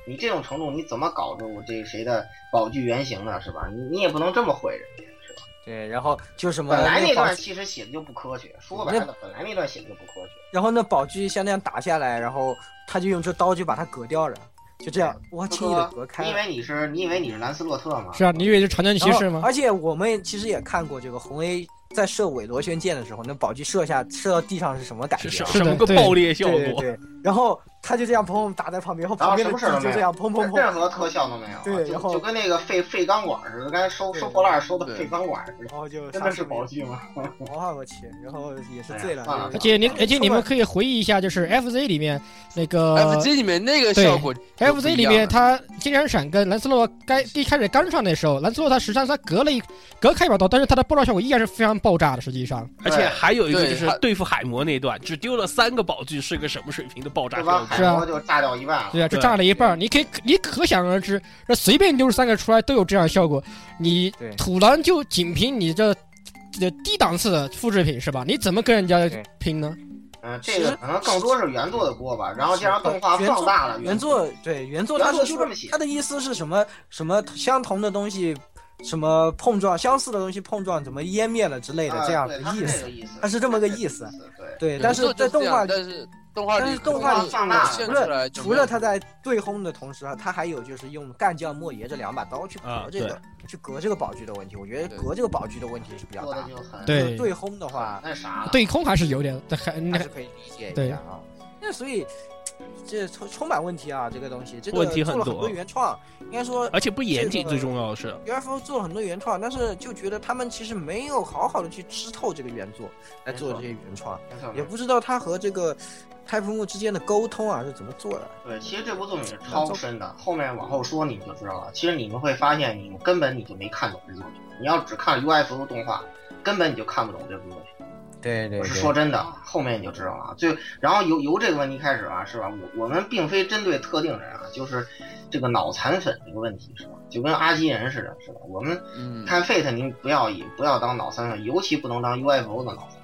你这种程度，你怎么搞住这谁的宝具原型呢？是吧？你你也不能这么毁人家，是吧？对，然后就什么本来那宝段其实写的就不科学，说白了，本来那段写的就不科学。然后那宝具像那样打下来，然后他就用这刀就把它割掉了，就这样，哇，轻易的割开啊你以了。为你是你以为你是兰斯洛特吗？啊是啊，你以为是长江骑士然后吗？而且我们其实也看过这个红 A 在射韦罗宣箭的时候，那宝具射下射到地上是什么感是觉什啊？是什的么个对爆裂效对对果？对，然后他就这样砰砰打在旁边，然后然旁后边什的鸡么事儿都就没这样砰砰任砰，何特效都没有，啊对就然后就跟那个废废钢管似的，刚才收对收破烂收的对废钢管似的，然后就真啥的事是儿没有宝具吗？哇我去，然后也是醉了。哎呀而就是算了且你，而且你们可以回忆一下，就是 FZ 里面那个呃 FZ 里面那个对效果 FZ 里面，他金闪闪跟兰斯洛该一开始刚上的时候，兰斯洛他实际上他隔了一隔开一把刀，但是他的爆炸效果依然是非常爆炸的。实际上，而且还有一个对就是他对付海魔那段，只丢了三个宝具，是个什么水平的爆炸这效帮果？海是啊螺就炸掉一半了。对啊，这对炸了一半儿，你可以你可想而知，这随便丢三个出来都有这样的效果。你对土狼就仅凭你这这低档次的复制品是吧？你怎么跟人家对拼呢？嗯，这个可能更多是原作的锅吧，然后加上动画原作放大了原作对原作，原他作是就说这么写他的意思是什么？什么相同的东西，什么碰撞，相似的东西碰撞怎么湮灭了之类的啊这样的对它是意这思个。意思，它是这么个意思。对，对，有但的时候是就在是这动样画，但是动画里但是可动能画就放大显除出了来就除没有了他在对轰的同时，啊他还有就是用干将、莫邪这两把刀去啊隔这个去隔这个宝具的问题。我觉得对隔这个宝具的问题是比较做的大。就很对就是对轰的话，那啥了，啊对空还是有点，但还那还是可以理解一对下啊。那所以这充充满问题啊，这个东西，这个问题很做了多很多原创，应该说而且不严谨，这个最重要的是， UFO 做了很多原创，但是就觉得他们其实没有好好的去吃透这个原作来做这些原创，没错没也错不知道他和这个太夫木之间的沟通啊是怎么做的。对，其实这部作品是超深的，后面往后说你就知道了。其实你们会发现，你们根本你就没看懂这部作品，你要只看 UFO 动画，根本你就看不懂这部作品。对对我是说真的，后面你就知道了啊。最然后由由这个问题开始啊，是吧？我我们并非针对特定人啊，就是这个脑残粉这个问题是吧？就跟阿基人似的，是吧？我们嗯，看 Fate，您不要以不要当脑残粉，尤其不能当 UFO 的脑残粉，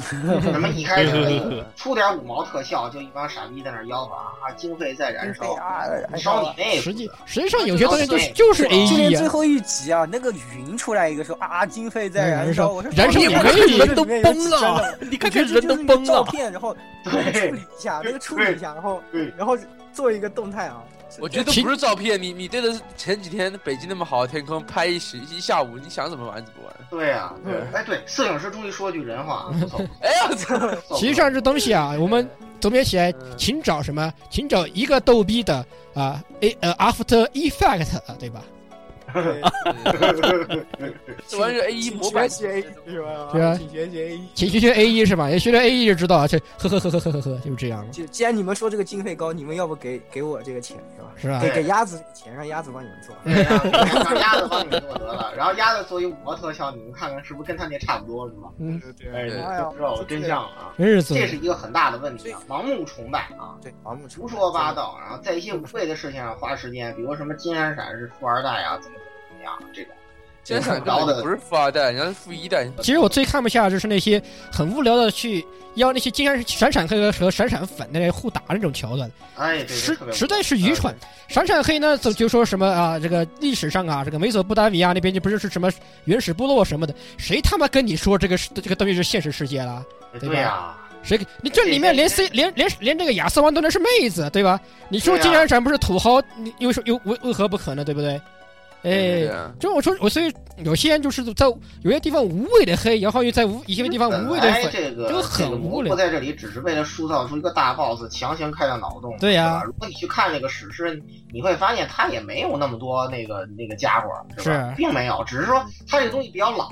是吧？什么一开始出点五毛特效，就一帮傻逼在那儿吆喝啊，经费在燃烧，啊，你烧你妹！实际实际上有些东西就是就是就 A 连 E 最啊，后一集啊，那个云出来一个说啊，经费在燃燃烧烧，我说燃烧你也们可以这人里都面有崩真的了，你看我觉看得这人就都是一个崩照了。啊片，然后对处理一下，那个处理一下，然后对然后做一个动态啊。我觉得其不是照片，你你对着前几天北京那么好的天空拍一时一下午，你想怎么玩怎么玩。对啊，对，哎对，摄影师终于说句人话啊，不错，哎呀，我操！不 <laughs> 错实际上这东西啊，我们总结起来，嗯请找什么？请找一个逗逼的啊，A 呃 After Effect 啊，对吧？对这玩意儿 A 一请模板学习 A E，是吧？对啊请学习 A 一。请学学 A E 是吧？也学学 A E 就知道，这呵呵呵呵呵呵呵，就是这样了，就既然你们说这个经费高，你们要不给给我这个钱是吧？是吧给？对给鸭子钱，让鸭子帮你们做。对啊让鸭子帮你们做得了，然后鸭子做一五毛特效，你们看看是不是跟他那差不多是吧？嗯，对对哎，对哎呀知道了真相了啊，真是自这是一个很大的问题啊，盲目崇拜啊。对，盲目胡说八。道，然后在一些无谓的事情上花时间，比如什么金闪闪是富二代呀、怎么怎么怎么样啊这种。现在想根本就不是富二代，人家是富一代。其实我最看不下就是那些很无聊的去邀那些金闪闪闪黑和闪闪粉的互打那种桥段，哎，对，实这特别实在是愚蠢。闪闪黑呢，就就说什么啊，这个历史上啊，这个美索不达米亚那边就不是是什么啊原始部落什么的，谁他妈跟你说这个是这个东西是现实世界啦？对吧对呀，谁给你这里面连 C 连连连这个亚瑟王都能是妹子，对吧？你说金闪闪不是土豪，你又说又为为何不可呢？对不对？哎对，啊，就我说我所以有些人就是在有些地方无谓的黑，然后又在无一些地方无本谓的来粉。这个就很这个无蘑聊菇在这里只是为了塑造出一个大 boss，强行开的脑洞。对呀是吧如果你去看那个史诗，你会发现他也没有那么多那个那个家伙，是吧？是并没有，只是说他这个东西比较老，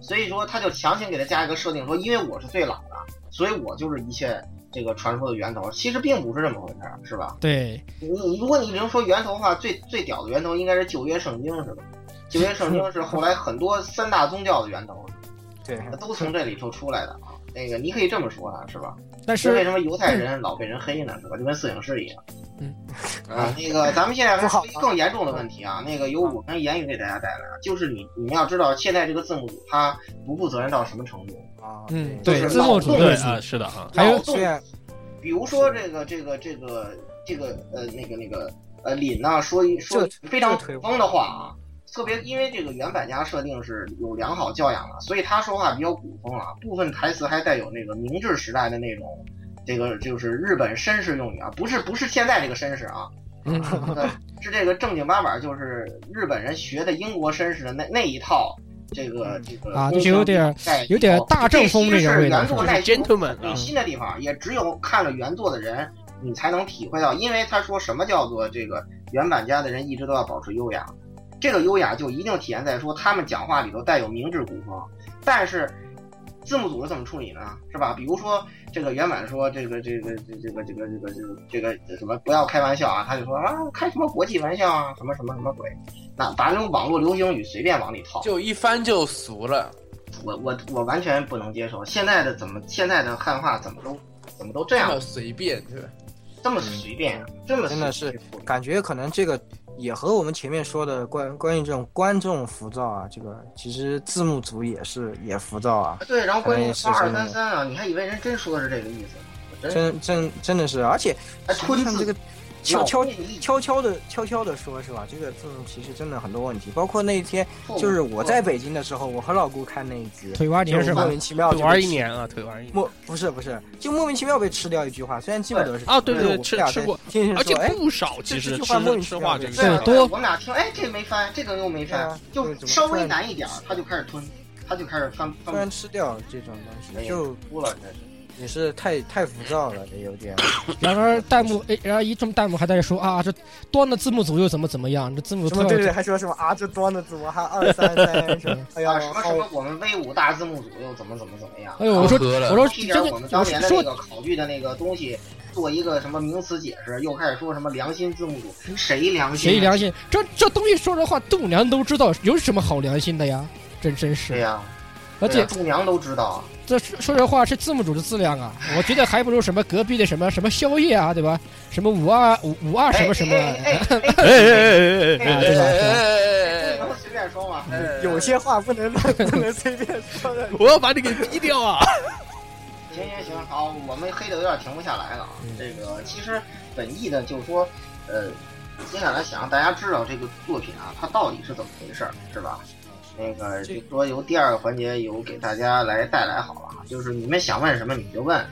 所以说他就强行给他加一个设定，说因为我是最老的，所以我就是一切这个传说的源头。其实并不是这么回事儿，是吧？对，你你如果你能说源头的话，最最屌的源头应该是旧约圣经是吧？旧约圣经是后来很多三大宗教的源头，对，都从这里头出来的啊。那个你可以这么说啊，是吧？但所以为是什么犹嗯太人老被人黑呢？是吧？就跟摄影师一样啊啊。，那个咱们现在还 <laughs> 不说好一个更严重的问题啊，那个由我跟言语给大家带来，就是你你们要知道现在这个字幕组它不负责任到什么程度，啊，哦嗯对对，字幕组对对啊，是的啊，还有脑洞虽然比如说这个这个这个这个呃那个那个呃凛呐、说一说这非常这腿普通的话啊，特别因为这个原版家设定是有良好教养的，所以他说话比较古风啊，部分台词还带有那个明治时代的那种。这个就是日本绅士用语啊，不是不是现在这个绅士 <laughs> 啊，嗯，呃是这个正经八板，就是日本人学的英国绅士的那那一套这个嗯这个啊就是有点有点大正风这那种味道原作耐就是心 gentleman 啊用心的地方，也只有看了原作的人，你才能体会到。因为他说什么叫做这个原版家的人一直都要保持优雅，这个优雅就一定体现在说他们讲话里头带有明治古风，但是。字幕组是怎么处理呢？是吧？比如说这个原版说这个这个这这个这个这个这个这个这个什么不要开玩笑啊，他就说啊开什么国际玩笑啊，什么什么什么鬼，那把那种网络流行语随便往里套，就一翻就俗了。我我我完全不能接受现在的怎么现在的汉化怎么都怎么都这这样么随便，对吧？这么随便，啊这嗯么真的随是便感觉可能这个也和我们前面说的关关于这种观众浮躁啊，这个其实字幕组也是也浮躁啊，对，然后关于哎是八二是三三啊，你还以为人真说的是这个意思？我真真真真的是，而且还吞看这哎字个，悄悄咬字悄悄的悄悄的说，是吧？这个字幕其实真的很多问题，包括那一天错误就是我在北京的时候，我和老姑看那一集，腿蛙年是就莫吧？名其妙腿就被玩一吃年啊，腿玩一年。莫不是不是，就莫名其妙被吃掉一句话，虽然记不得是啊，对但是对，我吃们俩吃在过，听人而且说，哎，不少，这其实这句吃话莫名吃其话妙这被个对对事啊儿多我们俩听，哎，这个没翻，这个又没对翻啊，就对怎么稍微翻难一点儿，他就开始吞，他就开始翻突翻然吃掉这种东哎西，呀就哭了，真是。也是太太浮躁了，有点。然而弹幕，哎，然而一众弹幕还在说啊，这端的字幕组又怎么怎么样？这字幕什组么对对，还说什么啊，这端的怎么还二三 <laughs> 三什么？哎呀，啊，什么什么好，我们 V 五大字幕组又怎么怎么怎么样？哎呦，我说喝了我说一真点的，我们当我年的那说个考虑的那个东西，做一个什么名词解释，又开始说什么良心字幕组，谁良心？啊谁？良心？这这东西说实话，栋梁都知道，有什么好良心的呀？真真对是，呀、而且度娘都知道，这说说实话是字幕组的质量啊，我觉得还不如什么隔壁的什么什么宵夜啊，对吧？什么五二五五二什么什么，<laughs> 哎哎哎哎哎哎哎哎哎，哎对吧对吧哎，不哎能随便说嘛。有些话不能不能随便说的。哎我要把你给逼掉啊！行行行，好，我们黑的有点停不下来了啊。嗯这个其实本意的就是说，呃，接下来想让大家知道这个作品啊，它到底是怎么回事儿，是吧？那个就说由第二个环节由给大家来带来好了啊，就是你们想问什么你就问，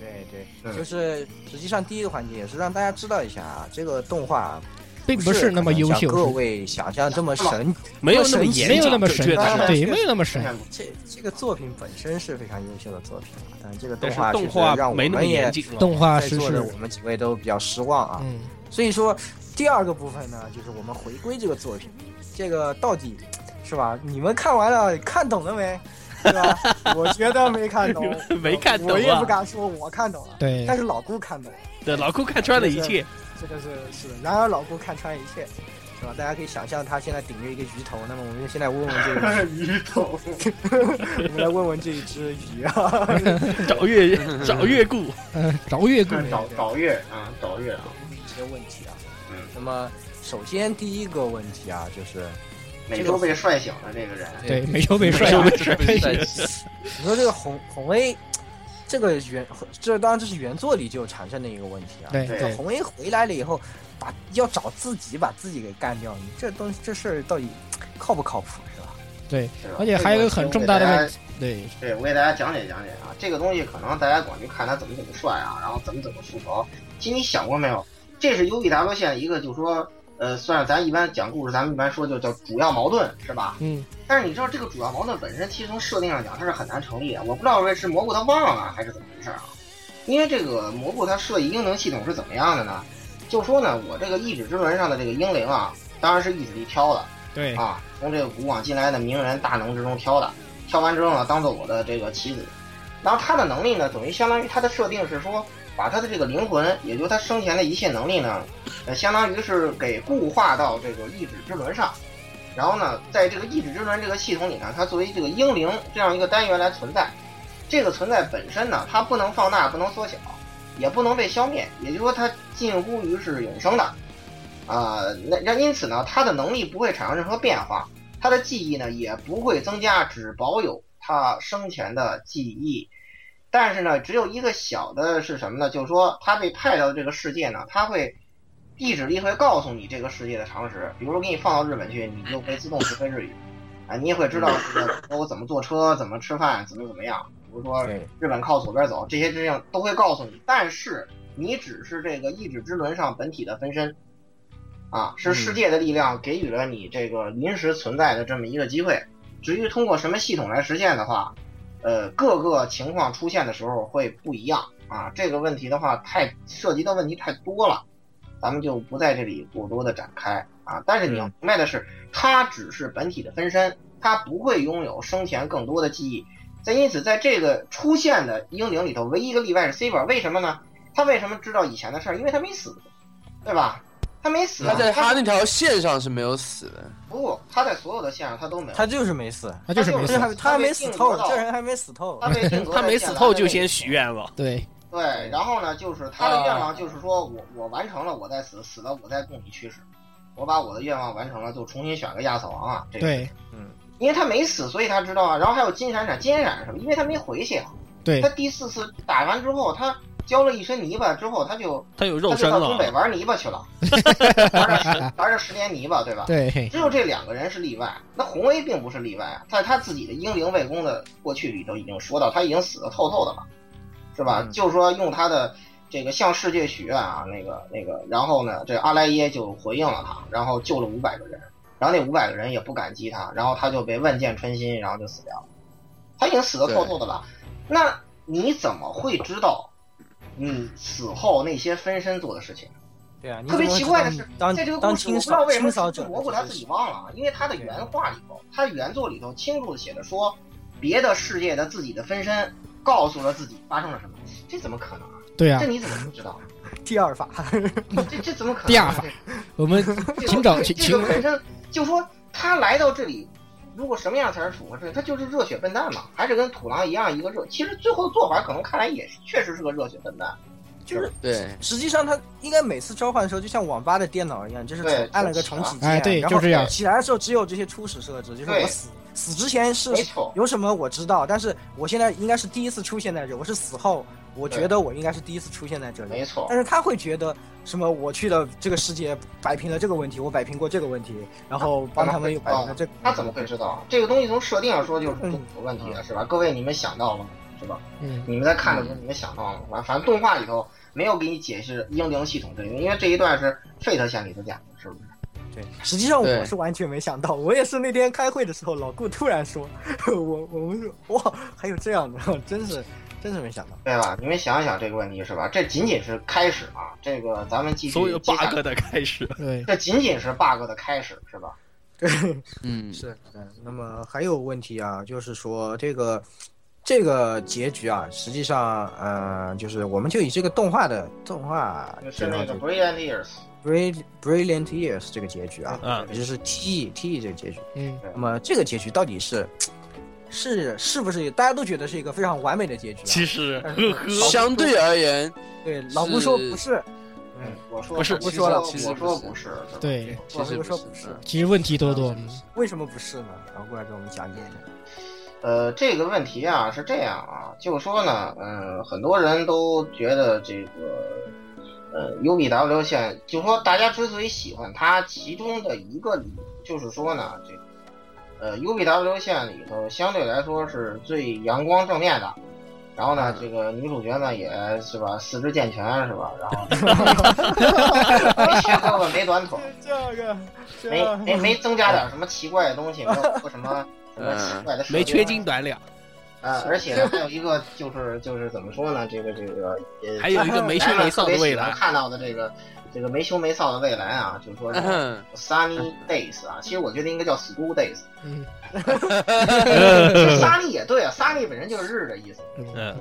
对 <laughs> 对，嗯就是实际上第一个环节也是让大家知道一下啊，这个动画并不是那么优秀像，各位想象这么神，没有那么是严，没有那么准神确奇的当，然对，是没有那么神奇。这这个作品本身是非常优秀的作品啊，但这个但动是画动确实画让我没那么们严也谨了。，动画在师座是的，我们几位都比较失望啊。嗯，所以说，第二个部分呢，就是我们回归这个作品，这个到底是吧？你们看完了，看懂了没？是吧？我觉得没看懂 <laughs> 没看懂啊啊我也不敢说我看懂了，对但，是老顾看懂了，对，老顾看穿了一切，这个是是。然而老顾看穿一切，是吧？大家可以想象他现在顶着一个鱼头，那么我们就现在问问这 <laughs> 个，鱼头，我们来问问这一只鱼啊， <laughs> 找 <laughs> 月找月顾，嗯，着月顾找 <laughs> 找月啊，找月啊，一些问题啊。嗯那么首先第一个问题啊，就是每周被帅醒的这个人，对，没有被帅没有啊被帅你说这个红红 A，这个原这当然这是原作里就产生的一个问题啊。对对这对，红 A 回来了以后，把要找自己把自己给干掉，你这东西这事儿到底靠不靠谱是吧？是吧而且还有一个很重大的问，题，对，对，我给大家讲解讲解啊，这个东西可能大家光去看他怎么怎么帅啊，然后怎么怎么复仇，其实你想过没有？这是 U B W 线一个，就是说，呃，算是咱一般讲故事，咱们一般说就叫主要矛盾，是吧？嗯，但是你知道这个主要矛盾本身，其实从设定上讲它是很难成立的。我不知道为是蘑菇他忘了还是怎么回事啊？因为这个蘑菇它设计英灵系统是怎么样的呢？就说呢，我这个一指之轮上的这个英灵啊，当然是一指一挑的，对，啊，从这个古往今来的名人大能之中挑的，挑完之后呢，当做我的这个棋子。然后他的能力呢，等于相当于他的设定是说，把他的这个灵魂，也就是他生前的一切能力呢，呃，相当于是给固化到这个意志之轮上。然后呢，在这个意志之轮这个系统里呢，它作为这个英灵这样一个单元来存在。这个存在本身呢，它不能放大，不能缩小，也不能被消灭，也就是说，它近乎于是永生的。啊、那那因此呢，他的能力不会产生任何变化，他的记忆呢也不会增加，只保有他生前的记忆。但是呢，只有一个小的是什么呢？就是说他被派到这个世界呢，他会地址力会告诉你这个世界的常识，比如说给你放到日本去，你就会自动学会日语，啊，你也会知道这个我怎么坐车、怎么吃饭、怎么怎么样。比如说对日本靠左边走，这些事情都会告诉你，但是你只是这个意志之轮上本体的分身，啊，是世界的力量给予了你这个临时存在的这么一个机会，至于通过什么系统来实现的话，呃，各个情况出现的时候会不一样啊。这个问题的话，太涉及的问题太多了，咱们就不在这里过多的展开啊。但是你要明白的是，它只是本体的分身，它不会拥有生前更多的记忆。在因此，在这个出现的英灵里头，唯一一个例外是 Saber，为什么呢？他为什么知道以前的事儿？因为他没死，对吧？他没死啊，他在他他那条线上是没有死的。不，他在所有的线上他都没有。他就是没死，他就是没他死他就。他还没死透，他被定格到这人还没死透。他被定格在他没死透就先许愿。愿了，对，对，然后呢，就是他啊的愿望就是说我我完成了，我再死，死了我再供你驱使，我把我的愿望完成了，就重新选个亚瑟王啊。这个，对，因为他没死，所以他知道啊。然后还有金闪闪，金闪闪是什么？因为他没回去啊。对他，第四次打完之后，他浇了一身泥巴之后，他就他有他肉就身到东北了。玩泥 <laughs> 巴去了，玩了十玩了十年泥巴，对吧？对，只有这两个人是例外，那红威并不是例外啊，在他自己的英灵卫宫的过去里头已经说到，他已经死得透透的了，是吧？嗯就是说用他的这个向世界许愿啊，那个那个，然后呢，这阿莱耶就回应了他，然后救了五百个人，然后那五百个人也不感激他，然后他就被万箭穿心，然后就死掉了，他已经死得透透的了，那你怎么会知道你死后那些分身做的事情？对啊，你特别怎么奇知怪道的你是，当在这个故当事，我清不知道扫为什么清是扫赤者蘑菇他自己忘了，因为他的对原话里头，他原作里头清楚的写着说，别的世界的自己的分身告诉了自己发生了什么，这怎么可能啊？对啊这，你怎么不知道？ <laughs> 第二法，这这怎么可能？第二法，我们这请找这请这请个本身就说他来到这里，如果什么样才是处合适？他就是热血笨蛋嘛，还是跟土狼一样一个热？其实最后的做法可能看来也是确实是个热血笨蛋，就是对，实际上他应该每次召唤的时候，就像网吧的电脑一样，就是对按了个重启键，哎对然就后这样起来的时候只有这些初始设置，就是对我死死之前是没错。有什么我知道，但是我现在应该是第一次出现在这，我是死后，我觉得我应该是第一次出现在这里没。错但，是他会觉得什么？我去了这个世界，摆平了这个问题，我摆平过这个问题，然后帮他们又摆平了这个问题他啊怎么会知道？这个东西从设定上说就是嗯有问题的，是吧？各位，你们想到了吗？是吧？嗯，你们在看的时候，你们想到了吗？反反正动画里头没有给你解释英灵系统这个，因为这一段是 Fate 线里头讲的，是不是？对，实际上我对是完全没想到，我也是那天开会的时候，老顾突然说， <laughs> 我我们说哇，还有这样的， <laughs> 真是真是没想到。对吧？你们想一想这个问题，是吧？这仅仅是开始啊，这个咱们继续所有接下 bug 的开 <laughs> 始，对，这仅仅是 bug 的开始，是吧？对，嗯，是，嗯，那么还有问题啊，就是说这个这个结局啊，实际上，呃，就是我们就以这个动画的动画是那个这 Brilliant Years， Brill- Brilliant Years 这个结局啊，嗯也就是 TE TE 这个结局。嗯，那么这个结局到底是是是不是大家都觉得是一个非常完美的结局、啊？其实但呵是呵，相对而言，对，老顾说不是，嗯，我说不是我不说说了我其实说不不是，是吧对，其实我说不不是是，其实问题多啊多，为什么不是呢？老顾来给我们讲解一下。呃，这个问题啊是这样啊，就是说呢，嗯、很多人都觉得这个，呃，UBW 线，就说大家之所以喜欢它，其中的一个理由就是说呢，这个，呃，UBW 线里头相对来说是最阳光正面的，然后嗯呢，这个女主角呢也是吧，四肢健全是吧，<laughs> 然后没缺胳膊没短腿，这个， <laughs> 没啊没没增加点什么奇怪的东西，没有做什么什么奇怪的设嗯定，没缺斤短两，啊，而且呢，还有一个就是就是怎么说呢？这个这个也还有一个没羞没臊的未 <laughs> 来。看到的这个这个没羞没臊的未来啊，就是嗯说 sunny days 啊，其实我觉得应该叫 school days。 <laughs> 嗯，其实 sunny 也对啊，sunny 本身就是日的意思。嗯，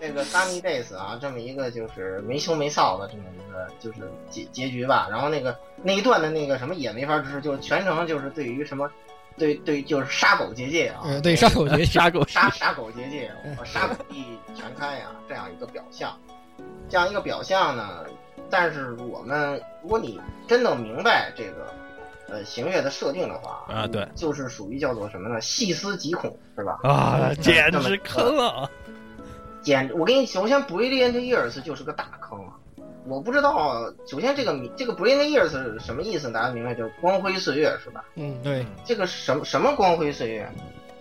这个 sunny days 啊，这么一个就是没羞没臊的这么一个就是结结局吧。然后那个那一段的那个什么也没法支持，就是全程就是对于什么对对就是杀狗结界啊，嗯，对，上口诀杀狗 <laughs> 杀杀狗结界，我杀狗地全开呀、这样一个表象，这样一个表象呢，但是我们如果你真的明白这个呃行月的设定的话，啊，对就是属于叫做什么呢？细思极恐，是吧？啊， <laughs> 简直坑 <laughs> 了。啊简，我跟你首先 Brilliant Years 就是个大坑啊！我不知道，首先这个名这个 Brilliant Years 是什么意思？大家明白，就是光辉岁月，是吧？嗯，对，这个什么什么光辉岁月？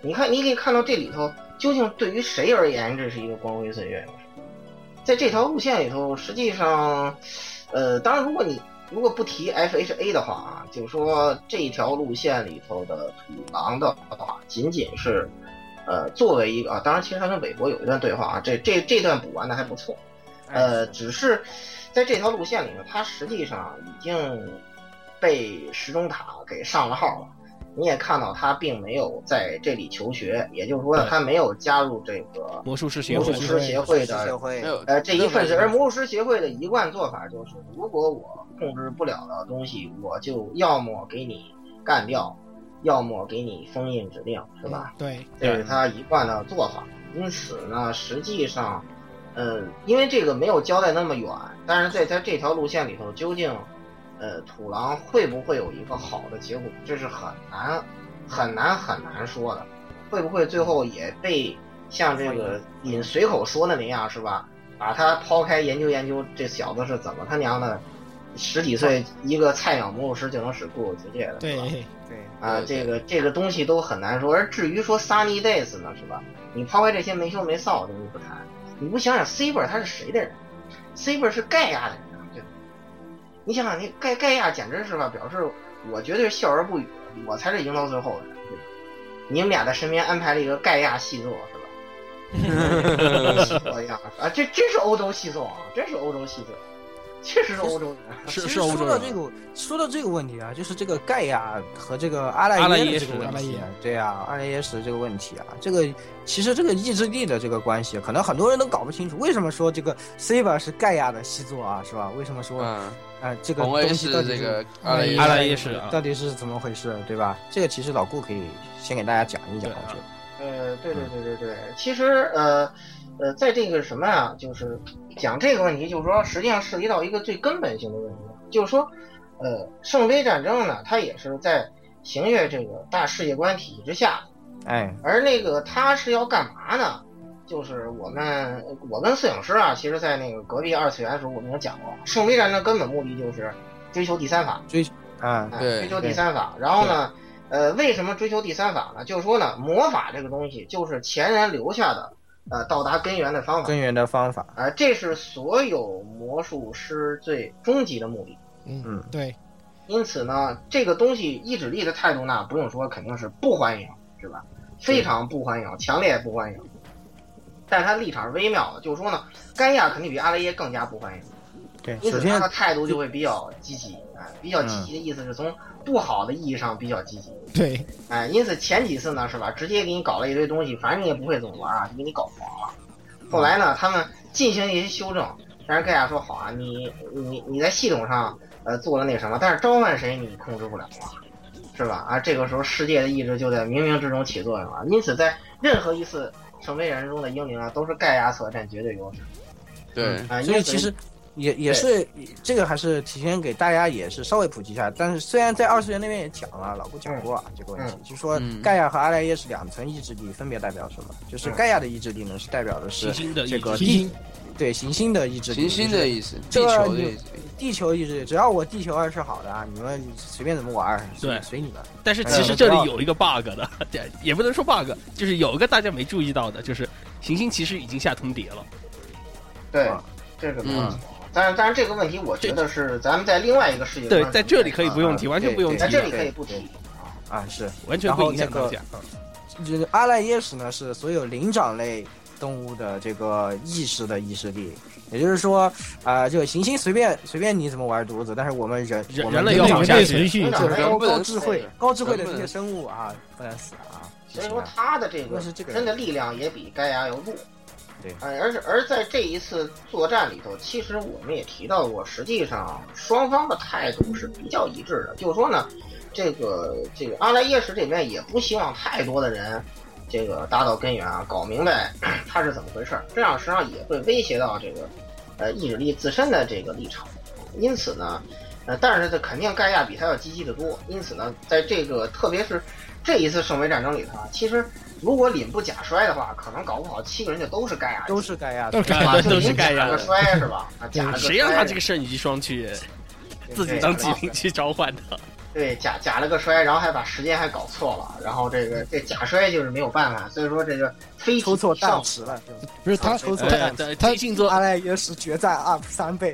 你看，你可以看到这里头究竟对于谁而言这是一个光辉岁月？在这条路线里头，实际上，呃，当然，如果你如果不提 FHA 的话啊，就说这条路线里头的土狼的话，仅仅是，呃，作为一个啊，当然其实他跟韦伯有一段对话啊，这这这段补完的还不错，哎呃，只是在这条路线里呢，他实际上已经被时钟塔给上了号了。你也看到他并没有在这里求学，也就是说呢，他没有加入这个魔术师协魔会术师协会的社会没有呃，这一份子，而魔术师协会的一贯做法就是，如果我控制不了的东西，我就要么给你干掉，要么给你封印指令，是吧？嗯对，这是他一贯的做法。因此呢，实际上，呃，因为这个没有交代那么远，但是在在这条路线里头，究竟，呃，土狼会不会有一个好的结果，这是很难、很难、很难说的。会不会最后也被像这个尹随口说的那样，是吧？把他抛开研究研究，这小子是怎么他娘的，十几岁一个菜鸟魔术师就能使固有结界的，是吧对，对，啊，对这个这个东西都很难说。而至于说 Sunny Days 呢，是吧？你抛开这些没羞没臊的东西不谈，你不想想 Saber 他是谁的人？Saber 是盖亚的人啊，对吧？你想想，那盖盖亚简直是吧，表示我绝对是笑而不语，我才是赢到最后的人，对吧？你们俩在身边安排了一个盖亚细作，是吧？ <laughs> 我呀啊，这真是欧洲细作啊，真是欧洲细作，确实是欧洲人。啊是啊其啊是实欧洲说到这人，个，说到这个问题啊，就是这个盖亚和这个阿阿赖赖耶耶的这识个问阿赖题耶，对啊，阿赖耶识这个问题啊，这个其实这个意志力的这个关系，可能很多人都搞不清楚，为什么说这个 Saber 是盖亚的习作啊，是吧？为什么说啊、嗯，呃这个红东威西是到底这是个阿赖耶阿赖耶识啊到底是怎么回事，对吧？这个其实老顾可以先给大家讲一讲，对啊我觉得。呃，对对对对对，其实呃呃，在这个什么呀、就是讲这个问题，就是说实际上涉及到一个最根本性的问题，就是说，呃，圣杯战争呢，它也是在行月这个大世界观体系之下，哎，而那个他是要干嘛呢？就是我们我跟摄影师啊，其实，在那个隔壁二次元的时候，我们已经讲过，圣杯战争根本目的就是追求第三法，啊，哎对追求第三法。然后呢，呃，为什么追求第三法呢？就是说呢，魔法这个东西就是前人留下的，呃，到达根源的方法。根源的方法，啊、这是所有魔术师最终极的目的。嗯嗯，对，因此呢，这个东西意志力的态度呢，不用说，肯定是不欢迎，是吧？非常不欢迎，强烈不欢迎。但是他立场是微妙的，就是说呢，甘亚肯定比阿雷耶更加不欢迎。对，因首此他先的态度就会比较积极，啊，比较积极的意思是从不好的意义上比较积极，对，哎，因此前几次呢是吧，直接给你搞了一堆东西，反正你也不会怎么玩啊，就给你搞黄了。后来呢，他们进行一些修正，但是盖亚说好啊，你你你在系统上呃做了那什么，但是召唤谁你控制不了啊，是吧？啊，这个时候世界的意志就在冥冥之中起作用了。因此，在任何一次成为人中的英灵啊，都是盖亚所占绝对优势对，所啊。以因此其实也也是这个还是提前给大家也是稍微普及一下，但是虽然在二次元那边也讲了，老顾嗯讲过啊、这个问题，就说嗯盖亚和阿赖耶是两层意志力，分别代表什么？嗯就是盖亚的意志力呢是代表的是行星的这意个志行星对行星的意志力，行星就的是意思，地这个球的你意思，地球意志力，只要我地球二是好的啊，你们随便怎么玩儿，随对随你们。但是其实这里有一个 bug 的，对也不能说 bug，就是有一个大家没注意到的，就是行星其实已经下通牒了，对啊，这个没有嗯错。但是但是这个问题，我觉得是咱们在另外一个世界观对上，在这里可以不用提，啊完全不用提在对这对里的，可以不提。啊，是，完全不影响大家。这个阿赖耶识呢是所有灵长类动物的这个意识的意识力，也就是说，啊、这个行星随便随便你怎么玩犊子，但是我们人人我人们类人要类往人下类去存续成就长是人高不能高智死慧高智慧的人不这能些生物啊，不能死啊，所以说他的这那个是这个真的力量也比盖亚要弱。对哎，而且而在这一次作战里头，其实我们也提到过，实际上双方的态度是比较一致的。就是说呢，这个这个阿莱耶识这边也不希望太多的人，这个达到根源啊，搞明白 <clears throat> 他是怎么回事儿，这样实际上也会威胁到这个呃意志力自身的这个立场。因此呢，呃，但是这肯定盖亚比他要积极的多。因此呢，在这个特别是这一次圣杯战争里头啊，其实如果凛不假摔的话，可能搞不好七个人就都是盖亚，都是盖亚都的是 <laughs> 盖啊对都是盖亚假个摔 <laughs> 是吧？啊，假个谁让他这个圣遗霜去自己当机灵去召唤的？对假假了个摔，然后还把时间还搞错了，然后这个这假摔就是没有办法，所以说这个非抽错上档次了，就不是他抽错呃档次。对他提醒做阿赖耶识决战 up 三倍，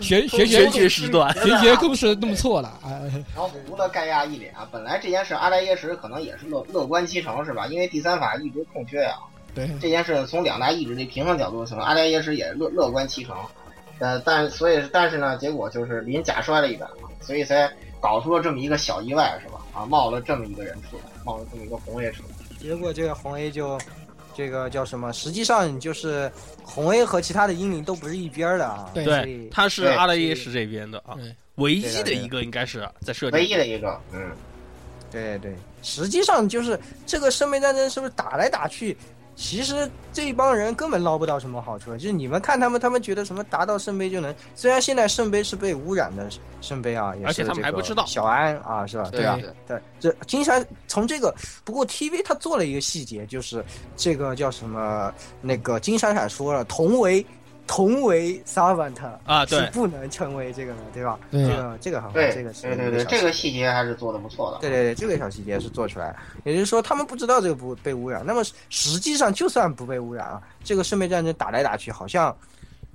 玄玄学玄学时段，玄学公式弄错了啊！ <laughs> 然后无了盖亚一脸啊，本来这件事阿莱耶什可能也是乐乐观其成是吧？因为第三法一直空缺啊，对，这件事从两大意志的平衡角度从阿莱耶什也乐乐观其成，呃，但所以但是呢，结果就是临假摔了一把嘛，所以才搞出了这么一个小意外是吧？啊，冒了这么一个人出来，冒了这么一个红叶出来。结果这个红 A 就，这个叫什么？实际上就是红 A 和其他的英灵都不是一边儿的啊。对所对以，他是对阿拉耶什这边的啊对，唯一的一个应该是在设计唯一的一个，嗯，对对，实际上就是这个生命战争是不是打来打去，其实这帮人根本捞不到什么好处。就是你们看他们，他们觉得什么达到圣杯就能，虽然现在圣杯是被污染的圣杯啊，也是而且他们这还个不知道小安啊，是吧？对啊，对对，这金山从这个，不过 TV 它做了一个细节，就是这个叫什么，那个金闪闪说了，同为同为 servant 啊，是对，不能成为这个的，对吧？对这个这个很好，对，啊这个是对对一个对，小这个细节还是做的不错的。对对对，这个小细节是做出来的，也就是说他们不知道这个不被污染。那么实际上，就算不被污染啊，这个圣杯战争打来打去，好像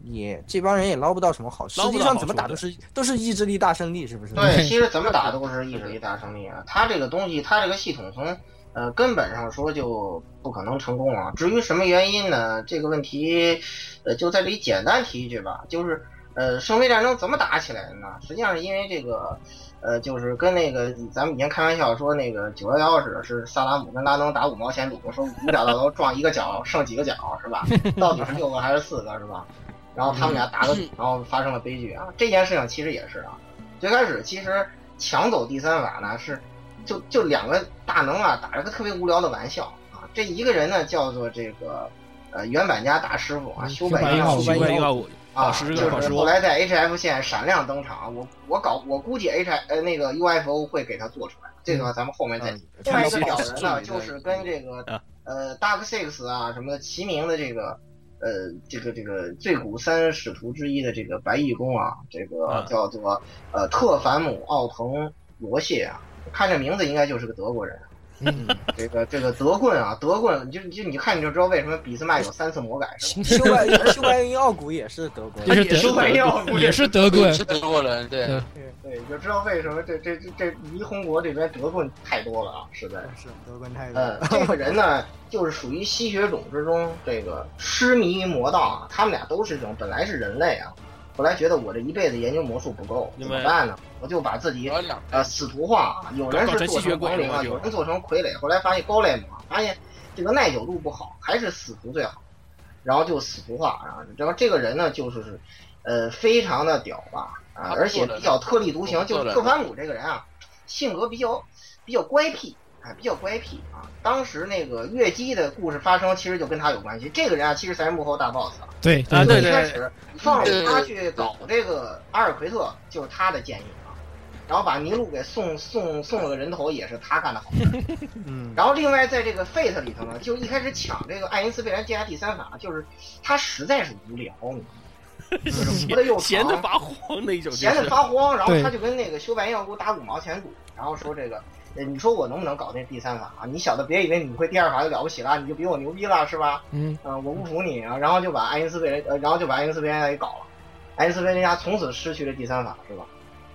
也这帮人也捞不到什么好。实捞不际到上好怎么处打都是都是意志力大胜利，是不是？对，其实怎么打都是意志力大胜利啊。它这个东西，它这个系统从呃根本上说就不可能成功啊。至于什么原因呢？这个问题，呃，就在这里简单提一句吧，就是呃，圣杯战争怎么打起来的呢？实际上是因为这个。呃，就是跟那个咱们以前开玩笑说那个九幺幺似的，是萨达姆跟拉登打五毛钱赌，说五角大楼撞一个角 <laughs> 剩几个角是吧？到 <laughs> 底是六个还是四个是吧？然后他们俩打个赌，然后发生了悲剧啊！这件事情其实也是啊，最开始其实抢走第三法呢是，就就两个大能啊打了个特别无聊的玩笑啊，这一个人呢叫做这个呃原版家大师傅啊，嗯修修版版家号修奇版怪家一个我啊，宝石就跟宝石是后来在 HF 线闪亮登场，啊我我搞我估计 H 呃那个 UFO 会给他做出来，这个咱们后面再嗯另外一个嗯表人呢，就是跟这啊个呃 Dark Six 啊什么的齐名的这个呃这个这个最古三使徒之一的这个白翼公啊，这啊个叫做呃特凡姆奥滕罗谢啊，看这名字应该就是个德 <laughs> 国人。嗯， <laughs> 这个这个德棍啊，德棍，你就你就你看你就知道为什么俾斯麦有三次魔改是吧？修白修白云奥古也是德国就是人，<laughs> 也德是德药也是德国是德国人，对对对，你就知道为什么这这这这霓虹国这边德棍太多了啊，实在是。是德国人太多呃了。，这个人呢，就是属于吸血种之中这个痴迷于魔道啊。他们俩都是这种，本来是人类啊，后来觉得我这一辈子研究魔术不够，因怎为么办呢？我就把自己有两呃使徒化啊，有人搞成是吸做血成鬼亡灵了啊，就有人做成傀儡，后来发现高类嘛，发现这个耐久度不好，还是死徒最好，然后就死徒化啊。然后这个人呢，就是是呃非常的屌吧啊，而且比较特立独行，就是特凡姆这个人啊，性格比较比较乖僻。啊，比较乖僻啊！当时那个月姬的故事发生，其实就跟他有关系。这个人啊，其实才是幕后大 boss 啊。对啊对一开始放他去搞这个阿尔奎特，就是他的建议啊。然后把尼禄给送送送了个人头，也是他干的好。嗯，然后另外在这个 Fate 里头呢，就一开始抢这个爱因斯贝兰剑下第三法，就是他实在是无聊， <laughs> 你知道吗就是活得又闲得长，发慌那种，就闲得是发慌。然后对他就跟那个修白要给我打五毛钱赌，然后说这个，呃你说我能不能搞那第三法啊？你小子别以为你会第二法就了不起了，你就比我牛逼了是吧？嗯，嗯、我不服你啊，然后就把爱因斯贝呃，然后就把爱因斯贝莱给搞了，爱因斯贝莱家从此失去了第三法，是吧？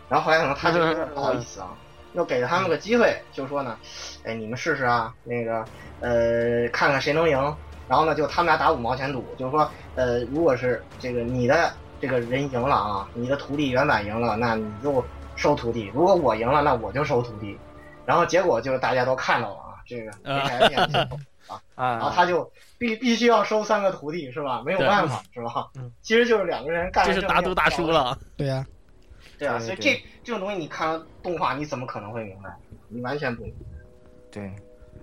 然后后来可能他就有点不好意思啊，又给了他们个机会，就说呢，哎，你们试试啊，那个呃，看看谁能赢。然后呢，就他们俩打五毛钱赌，就是说，呃，如果是这个你的这个人赢了啊，你的徒弟原版赢了，那你就收徒弟；如果我赢了，那我就收徒弟。然后结果就是大家都看到了啊，这个没改变。然后啊，他就必必须要收三个徒弟是吧？没有办法是吧嗯？其实就是两个人干这了是这么打赌大输了，对呀，对啊，对所以对这这种东西你看了动画你怎么可能会明白？你完全不明白。对，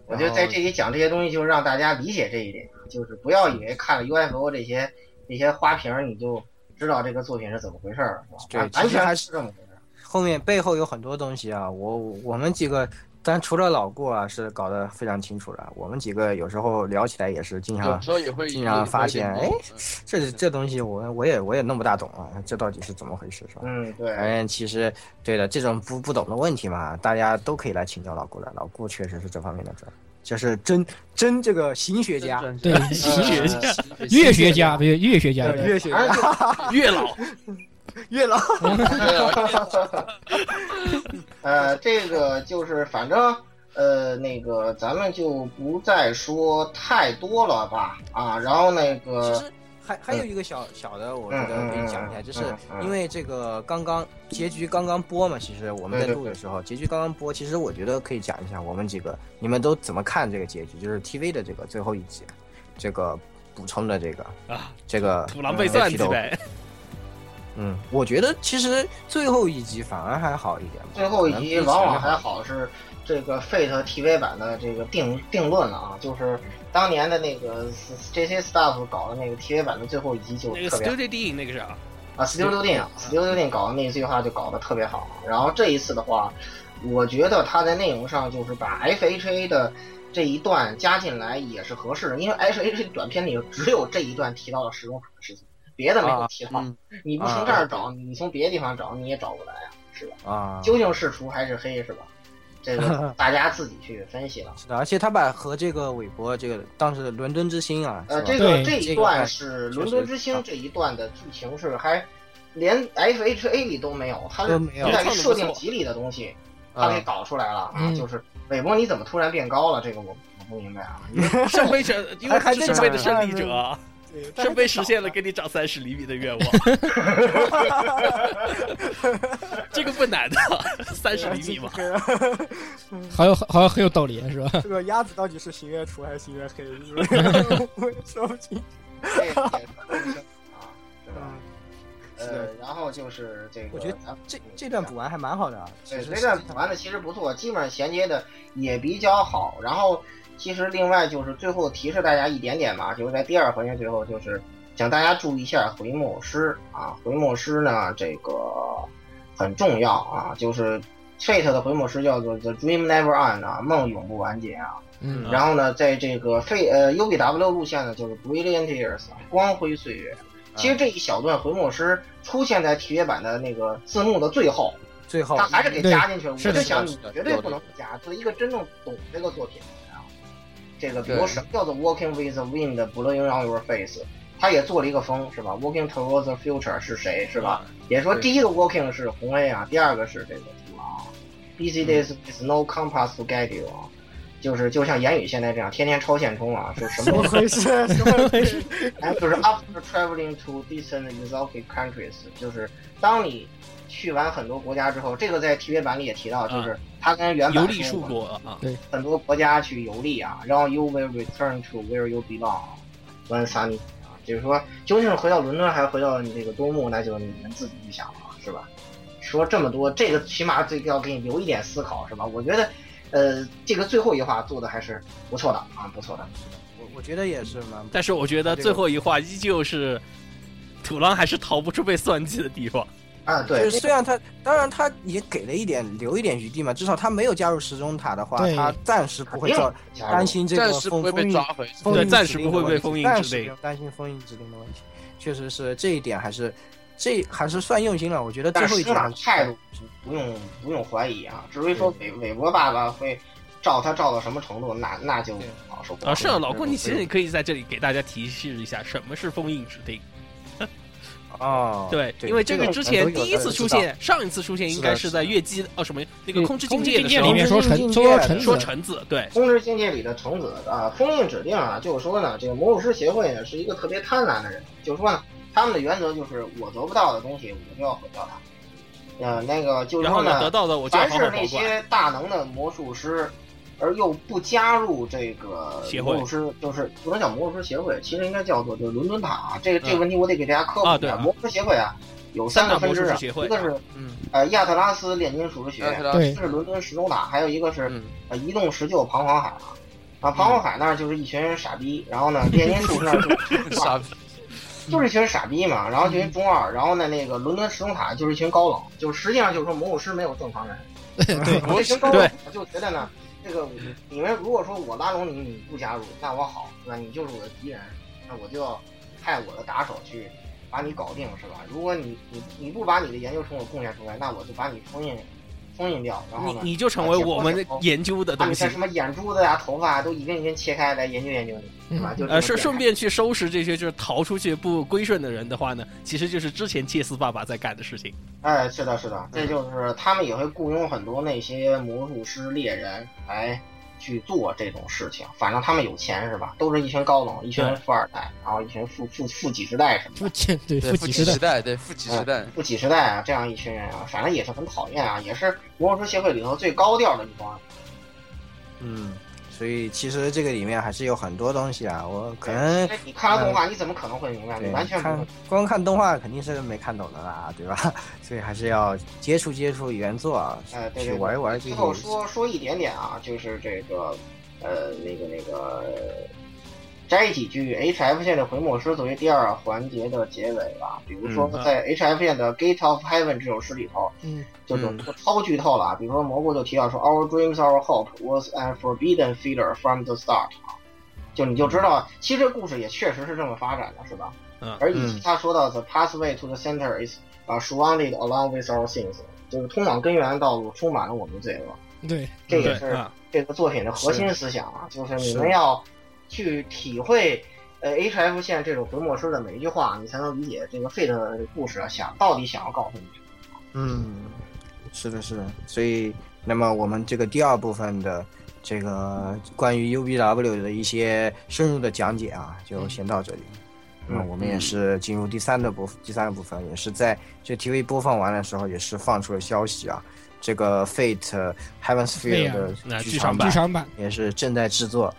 我觉得哦在这里讲这些东西，就是让大家理解这一点，就是不要以为看了 UFO 这些这些花瓶儿你就知道这个作品是怎么回事儿，是吧对完其完实全还是这么回事儿。后面背后有很多东西啊，我我们几个但除了老顾啊，是搞得非常清楚的。我们几个有时候聊起来也是经常有时候也会经常发现，也哎会有，这这东西我我也我也弄不大懂啊，这到底是怎么回事是吧？嗯，对，反正其实对的，这种不不懂的问题嘛，大家都可以来请教老顾的。老顾确实是这方面的专，这是真真这个行学家， <laughs> <laughs> 对，学家，乐学家，不是乐学家，呃乐学家，月老，月老，呃，这个就是反正呃，那个咱们就不再说太多了吧啊。然后那呃其个实还还有嗯一个小小的，我觉得可以讲一下，就是因为这个刚刚结局刚刚播嘛，其实我们在录的时候，结局刚刚播，其实我觉得可以讲一下我们几个你们都怎么看这个结局，就是 TV 的这个最后一集，这个补充的这个啊这个呃土狼被算计呗，嗯，我觉得其实最后一集反而还好一点吧，最后一集往往还好。好是这个 Fate TV 版的这个定定论了啊，就是当年的那个 JC Staff 搞的那个 TV 版的最后一集就那个特别 Studio D 那个是啊，啊，Studio 电影，Studio 电影搞的那句话就搞得特别好。然后这一次的话，我觉得它在内容上就是把 FHA 的这一段加进来也是合适的，因为 FHA 短片里只有这一段提到了时钟卡的事情，别的没啊有提到。嗯你不从这儿找，你从别的地方找你也找不来啊，是吧？啊，究竟是厨还是黑是吧？<laughs> 这个大家自己去分析了。是的，而且他把和这个韦伯这个当时的伦敦之星啊，呃，是吧这个对这一这个段还是确伦实敦之星啊这一段的剧情是还连 FHA 里都没有，它是都没有在创于得设不定错集里的东西，他给啊，搞出来了啊！嗯就是韦伯你怎么突然变高了？这个我我不明白 <laughs> 啊！圣杯者，因为还还是真圣杯长的出来胜利了者啊，但圣杯实现了给你长三十厘米的愿望，这个不难的，三十厘米嘛，好有好像很有道理，是吧？这个鸭子到底是行月厨还是行月黑？<laughs> 是不是我也说不清。这也是分不清啊，是吧？嗯是呃的，然后就是这个，我觉得咱们这这段补完还蛮好的啊，对其实这段补完的其实不错，基本上衔接的也比较好。然后其实另外就是最后提示大家一点点嘛，就是在第二环节最后就是请大家注意一下回墨师啊，回墨师呢这个很重要啊，就是 Fate 的回墨师叫做 The Dream Never End 啊，梦永不完结啊。嗯，然后呢，在这个非呃 UBW 路线呢，就是 Brilliant Years 啊光辉岁月。嗯其实这一小段回墨师出现在体育版的那个字幕的最后，最后嗯他还是给对加进去了。我是的就想，是你的绝有对的不能不加。作为一个真正懂这个作品的人啊，这个比如对什么叫做 Walking with the Wind blowing on your face，他也做了一个风是吧？Walking towards the future 是谁是吧？也说对第一个 Walking 是红 A 啊，第二个是这个什么啊？Busy days with no compass to guide you 啊。就是就像言语现在这样，天天超现充啊，就什么 <laughs> 都回事？什么回事？然哎后就是 after traveling to distant exotic countries，就是当你去完很多国家之后，这个在 TV 版里也提到，就是它跟原啊游版历说数过国啊，很多国家去游历啊，然后 you will return to where you belong when sunny 啊，就是说究竟是回到伦敦还是回到你这个多木，那就你们自己去想了，是吧？说这么多，这个起码最要给你留一点思考，是吧？我觉得，呃，这个最后一话做的还是不错的啊，不错的。我我觉得也是蛮但是我觉得最后一话依旧是土狼还是逃不出被算计的地方。啊，就对，是虽然他，当然他也给了一点留一点余地嘛，至少他没有加入时钟塔的话，对他暂时不会肯定造加入担心这个暂时不封会被封印抓回去。封印对暂指时令不会的被问题封印暂指时令不用担心封印指令的问题，确实是这一点还是这还是算用心了，我觉得最但后一是啊集马还是态度不用不用怀疑啊，至于说韦韦伯爸爸会照他照到什么程度，那那就不好说。啊，是啊，老顾，你其实你可以在这里给大家提示一下，什么是封印指定？哦，对，对因为这这个个之很前多第有一的次人出知道现，上一次出现应是该的是是在的嗯月姬哦什么那个对空之空境之界境的时里候面说空橙，之说境界到橙说子，橙子，对， 《风之境界》里的橙子啊，封印指定啊，就是说呢，这个魔术师协会呢是一个特别贪婪的人，就是说呢，他们的原则就是我得不到的东西，我就要毁掉它。呃，那个就是然后说我呢，得到的我就要凡好是好那保管。些大能的魔术师，而又不加入这个协会魔术师，就是不能叫魔术师协会，其实应该叫做就是伦敦塔、啊。这个这个问题我得给大家科普一嗯下。啊对啊魔术师协会啊，有三个分支三大魔术师啊，协会一个是嗯呃亚特拉斯炼金术师学亚特院，拉对一个是伦敦石钟塔，还有一个是嗯呃移动石臼彷徨海啊。啊，彷嗯徨海那儿就是一群傻逼，然后呢，炼金术那儿就是傻逼，就是一群傻逼嘛，嗯然后就一群中二，然后呢，那个伦敦石钟塔就是一群高冷，就是实际上就是说魔术师没有正常人，对，我行 <laughs> 高对我就觉得呢，这个你们如果说我拉拢你，你不加入，那我好，那你就是我的敌人，那我就要派我的打手去把你搞定，是吧？如果你你你不把你的研究成果贡献出来，那我就把你封印封印掉，然后你呢，你就成为我们的研究的把东你西啊的，什么眼珠子呀、头发啊，都一根一根切开来研究研究你，是吧？就呃，是顺顺便去收拾这些就是逃出去不归顺的人的话呢，其实就是之前借斯爸爸在干的事情。哎，是的，是的，这就是他们也会雇佣很多那些魔术师、猎人来去做这种事情。反正他们有钱是吧？都是一群高冷，一群对富二代，然后一群富富富几十代什么的，父亲对对，父富几几十代时，代，对，富几时代，富几十代啊，这样一群人啊，反正也是很讨厌啊，也是魔术师协会里头最高调的一帮人。嗯，所以其实这个里面还是有很多东西啊，我可能哎你看了动画，你怎么可能会明白？你对完全不看会。光看动画肯定是没看懂的啦，对吧？ <laughs> 所以还是要接触接触原作啊，哎，对去对对。玩一玩这最些。后说说一点点啊，就是这个，呃，那个那个，摘几句 H F 线的回眸诗作为第二环节的结尾吧。比如说嗯在 H F 线的《Gate of Heaven》这首诗里头，嗯，就种超剧透了啊。比如说蘑菇就提到说，Our dreams, our hope was an forbidden feeder from the start 啊，就你就知道，其实这故事也确实是这么发展的，是吧？嗯而以及他说到 the pathway to the center is 啊 surrounded along with our sins，就是通往根源的道路充满了我们的罪恶。对，这对也是啊，这个作品的核心思想啊，就是你们要去体会呃 H F 线这种回墨诗的每一句话，你才能理解这个 Fate 的故事啊想到底想要告诉你什么。嗯，是的，是的。所以，那么我们这个第二部分的这个关于 UBW 的一些深入的讲解啊，就先到这里。嗯那么我们也是进入第三的部分第三个部分，也是在这 TV 播放完的时候，也是放出了消息啊，这个 Fate Heaven's Feel 那的剧场版剧场版，也是正在制作。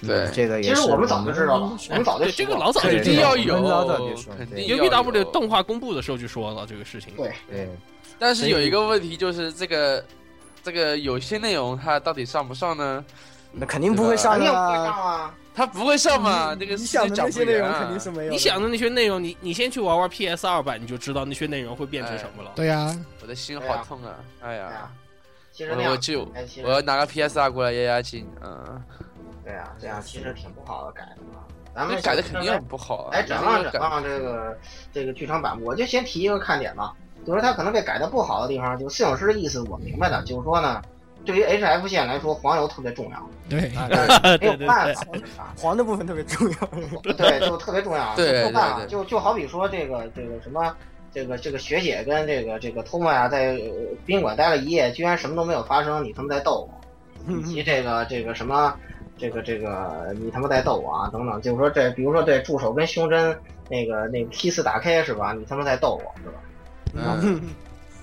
嗯对这个也其是实我们早就知道了，我们早哎就对这知道个了老早就对肯定知对道要了。我们老早就有说，肯对定要 U B W 有动画公布的时候就说了这个事情。对，对但是有一个问题就是这个这个有些内容它到底上不上呢？那肯定不会上肯定不会啊上。啊。它不会上嘛？这个你事想情的讲那不些内圆容啊肯定是没有的。你想的那些内容，你你先去玩玩 PS 二版，你就知道那些内容会变成什么了。哎对呀，我的心好痛啊！哎对呀啊，，其实那我我样，就哎，其我要实拿个 PS 二过来压压惊啊！对啊，对啊，其实挺不好的改的嘛。咱那们哎改的肯定很不好啊！来展望那展个望这个这个剧场版，我就先提一个看点吧，就是它可能被改的不好的地方，就是摄影师的意思我明白的，就是说呢，对于 H F 线来说，黄油特 <laughs> 别重要，啊对，啊没有对对办法，就是啊黄的部分特别重要， <laughs> 对，就特别重要，对没有办对法，对就就好比说这个这个什么。这个这个学姐跟这个这个托莫呀，在呃宾馆待了一夜，居然什么都没有发生，你他妈在逗我！以及这个这个什么，这个这个你他妈在逗我啊等等，就是说这比如说这助手跟胸针那个那个梯次打开是吧？你他妈在逗我是吧？嗯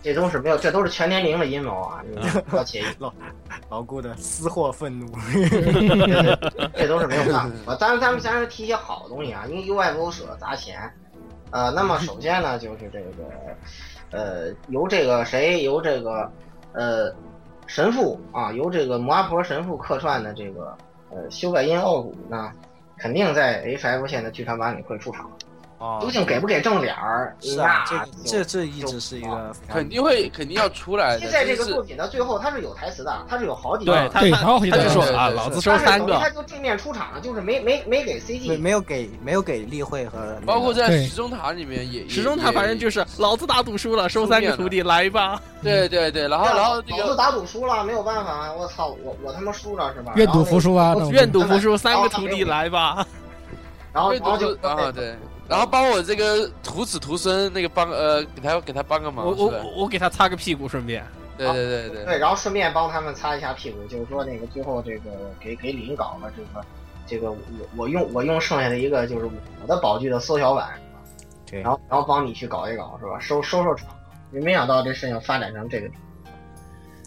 这都是没有，这都是全年龄的阴谋啊！你嗯不要介意， <laughs> 牢固的私货愤怒。这都是没有办法。 <laughs> 当然，咱们咱是提一些好的东西啊，因为 UFO 舍得砸钱。呃，那么首先呢，就是这个，呃，由这个谁，由这个，呃，神父啊，由这个摩阿婆神父客串的这个，呃，修改音奥古呢，肯定在 HF 线的剧场版里会出场。哦究竟给不给正脸儿？是啊，这那个这这一直是一个非常肯定会肯定要出来的现，在这个就作是品的最后，它是有台词的，它是有好几对个。他对他然后就他就说对对啊，对老子是收三他个，就正面出场，就是没没没给 CG，没没有给没有给例会和包括在对时钟塔里面也始终他反正是就是老子打赌输了，收三个徒弟来吧。对对对，然后然后这啊老子个打赌输了，没有办法，我操，我我他妈输了是吧？愿赌服输啊，嗯那我愿们赌服输，三个徒弟来吧。然后对然后就啊对，然后帮我这个徒子徒孙那个帮呃给他给他帮个忙，我我是吧我我给他擦个屁股，顺便。对对对对对，然后顺便帮他们擦一下屁股，就是说那个最后这个给给李英搞了这个这个我我用我用剩下的一个就是我的宝具的缩小版，对然后然后帮你去搞一搞是吧？收收收场，没想到这事情发展成这个地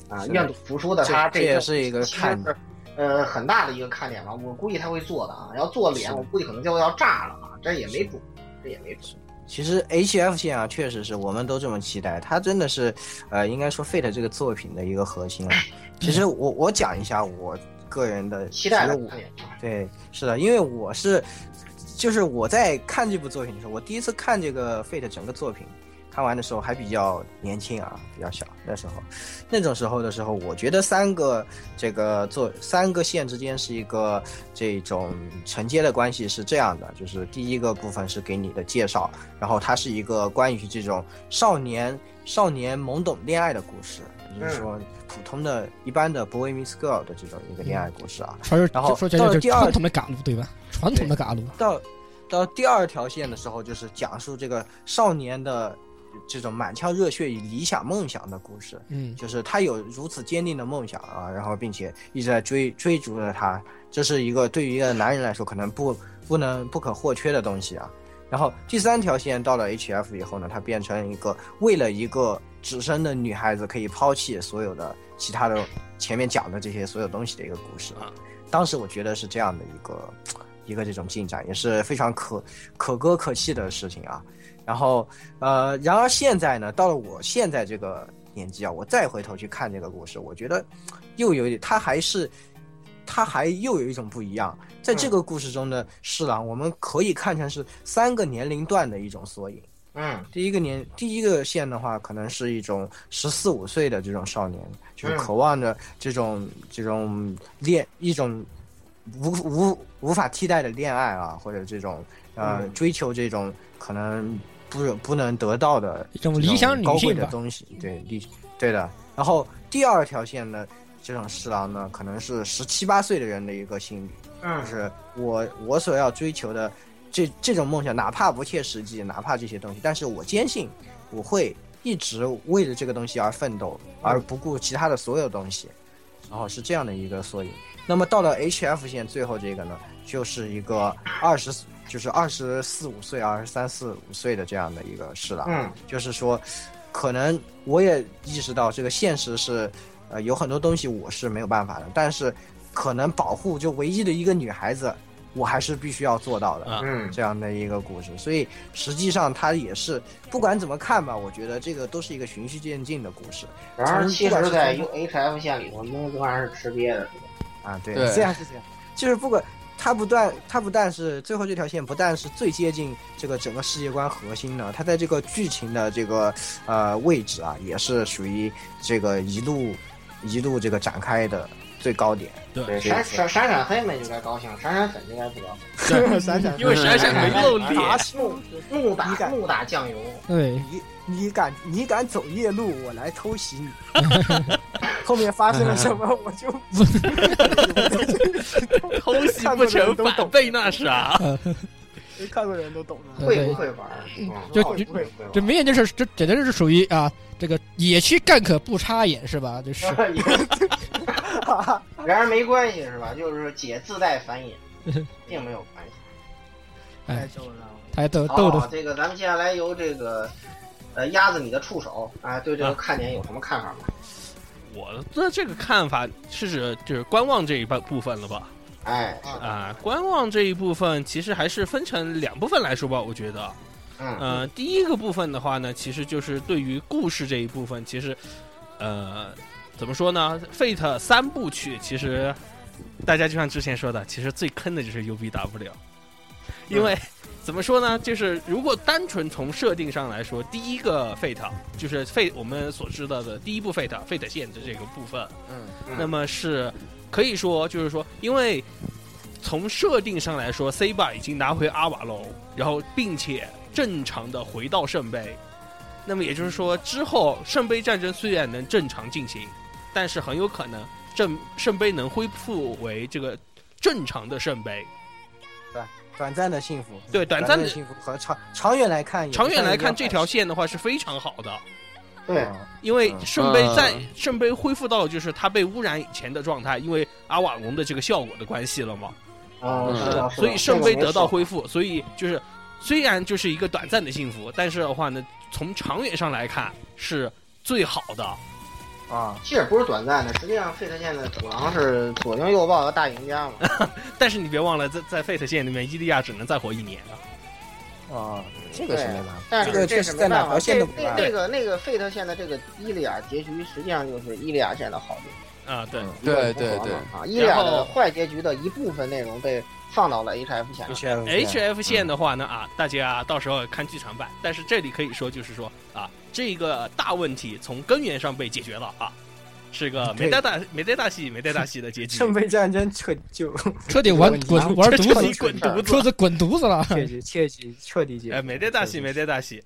步啊，是的愿赌服输的他这个这也是一个其实看是呃很大的一个看点吧，我估计他会做的啊，要做是脸我估计可能就要炸了啊，这也没准，这也没准。其实 H F 线啊，确实是我们都这么期待，它真的是，呃，应该说 Fate 这个作品的一个核心了。啊 <laughs> 其实我我讲一下我个人的期待其的实我看点对，是的，因为我是，就是我在看这部作品的时候，我第一次看这个 Fate 整个作品，他玩的时候还比较年轻啊，比较小那时候，那种时候的时候，我觉得三个这个做三个线之间是一个这种承接的关系是这样的，就是第一个部分是给你的介绍，然后它是一个关于这种少年少年懵懂恋爱的故事，就是说普通的一般的 boy meets girl 的这种一个恋爱故事啊。说是然后说这到了就是第二传统的嘎鲁对吧？传统的嘎鲁，到到第二条线的时候，就是讲述这个少年的这种满腔热血与理想梦想的故事。嗯，就是他有如此坚定的梦想啊，然后并且一直在追追逐着他，这是一个对于一个男人来说可能不不能不可或缺的东西啊。然后第三条线到了 H F 以后呢，它变成一个为了一个只身的女孩子可以抛弃所有的其他的前面讲的这些所有东西的一个故事啊。当时我觉得是这样的一个一个这种进展，也是非常可可歌可泣的事情啊。然后呃，然而现在呢，到了我现在这个年纪啊，我再回头去看这个故事，我觉得又有一点，它还是它还又有一种不一样。在这个故事中的侍郎，我们可以看成是三个年龄段的一种缩影。嗯第一个年第一个线的话，可能是一种十四五岁的这种少年，就是渴望着这种这种恋一种无无无法替代的恋爱啊，或者这种呃嗯追求这种可能不不能得到的一种理想女高贵性的吧，东西，对理对的。然后第二条线呢，这种侍郎呢，可能是十七八岁的人的一个心理，嗯就是我我所要追求的这这种梦想，哪怕不切实际，哪怕这些东西，但是我坚信我会一直为了这个东西而奋斗，而不顾其他的所有东西。然后是这样的一个缩影。那么到了 HF 线最后这个呢，就是一个二十，就是二十四五岁、二十三四五岁的这样的一个啊侍郎。嗯就是说，可能我也意识到这个现实是，呃，有很多东西我是没有办法的，但是可能保护就唯一的一个女孩子，我还是必须要做到的。啊嗯这样的一个故事，所以实际上它也是不管怎么看吧，我觉得这个都是一个循序渐进的故事然而，其实，在 U H F 线里头，英子还是吃瘪的，是吧？啊。对，对虽然是 <laughs> 这样，就是不管它不断，它不但是最后这条线不但是最接近这个整个世界观核心的，它在这个剧情的这个呃位置啊，也是属于这个一路一路这个展开的最高点。对，闪闪闪闪黑们应该高兴，闪闪粉应该不高兴。闪闪因为闪闪没露 <laughs> 打脸，秀，怒打你敢怒打酱油，对，你你敢你敢走夜路，我来偷袭你。后面发生了什 <laughs> 么，我就偷袭不成反被那啥。没看过的人都懂的。会对不会玩？嗯就会就不会玩？ <laughs> 这明显就是这简直就是属于啊，这个野区干可不插眼是吧？这是 <laughs> 然而没关系是吧？就是姐自带反引，并没有关系。太逗了，啊他还呃逗逗啊好，的，这个咱们接下来由这个呃鸭子你的触手啊，对这个看点有什么看法吗？我的这个看法是指就是观望这一半部分了吧？哎，啊，观望这一部分其实还是分成两部分来说吧，我觉得。嗯呃，第一个部分的话呢，其实就是对于故事这一部分，其实，呃，怎么说呢？Fate 三部曲其实，大家就像之前说的，其实最坑的就是 UBW，因为、怎么说呢？就是如果单纯从设定上来说，第一个 Fate 就是 Fate 我们所知道的第一部 Fate Fate 线的这个部分，嗯那么是可以说，就是说，因为从设定上来说，C 吧已经拿回阿瓦隆，然后并且正常的回到圣杯。那么也就是说，之后圣杯战争虽然能正常进行，但是很有可能圣圣杯能恢复为这个正常的圣杯。短暂的幸福，对短短暂的的幸福和长长远来看也不长算远一件坏事，来看，这条线的话是非常好的，对，因为圣杯在嗯圣杯恢复到就是它被污染以前的状态，因为阿瓦隆的这个效果的关系了嘛。嗯，是的，所以圣杯得到恢复，所以就是虽然就是一个短暂的幸福，但是的话呢，从长远上来看是最好的。啊，其实不是短暂的，实际上 Fate 线的土狼是左拥右抱的大赢家嘛。啊但是你别忘了，在在 Fate 线里面，伊利亚只能再活一年啊。啊，这个是没办法。但这是个这确是实没在哪办法条线都不这办那那个那个 Fate 线的这个伊利亚结局，实际上就是伊利亚线的好啊，嗯对，对对对，啊，一两然后的坏结局的一部分内容被放到了 HF 前面。H H F F 嗯线的话呢啊，大家到时候看剧场版。但是这里可以说，就是说啊，这个大问题从根源上被解决了啊，是个没带大没带大戏没带大戏的结局。圣杯战争彻就彻底玩滚玩这犊彻底子，滚犊桌子！子滚犊子了。 <laughs> <laughs> 切记切记彻底解决哎，没带大戏没带大戏。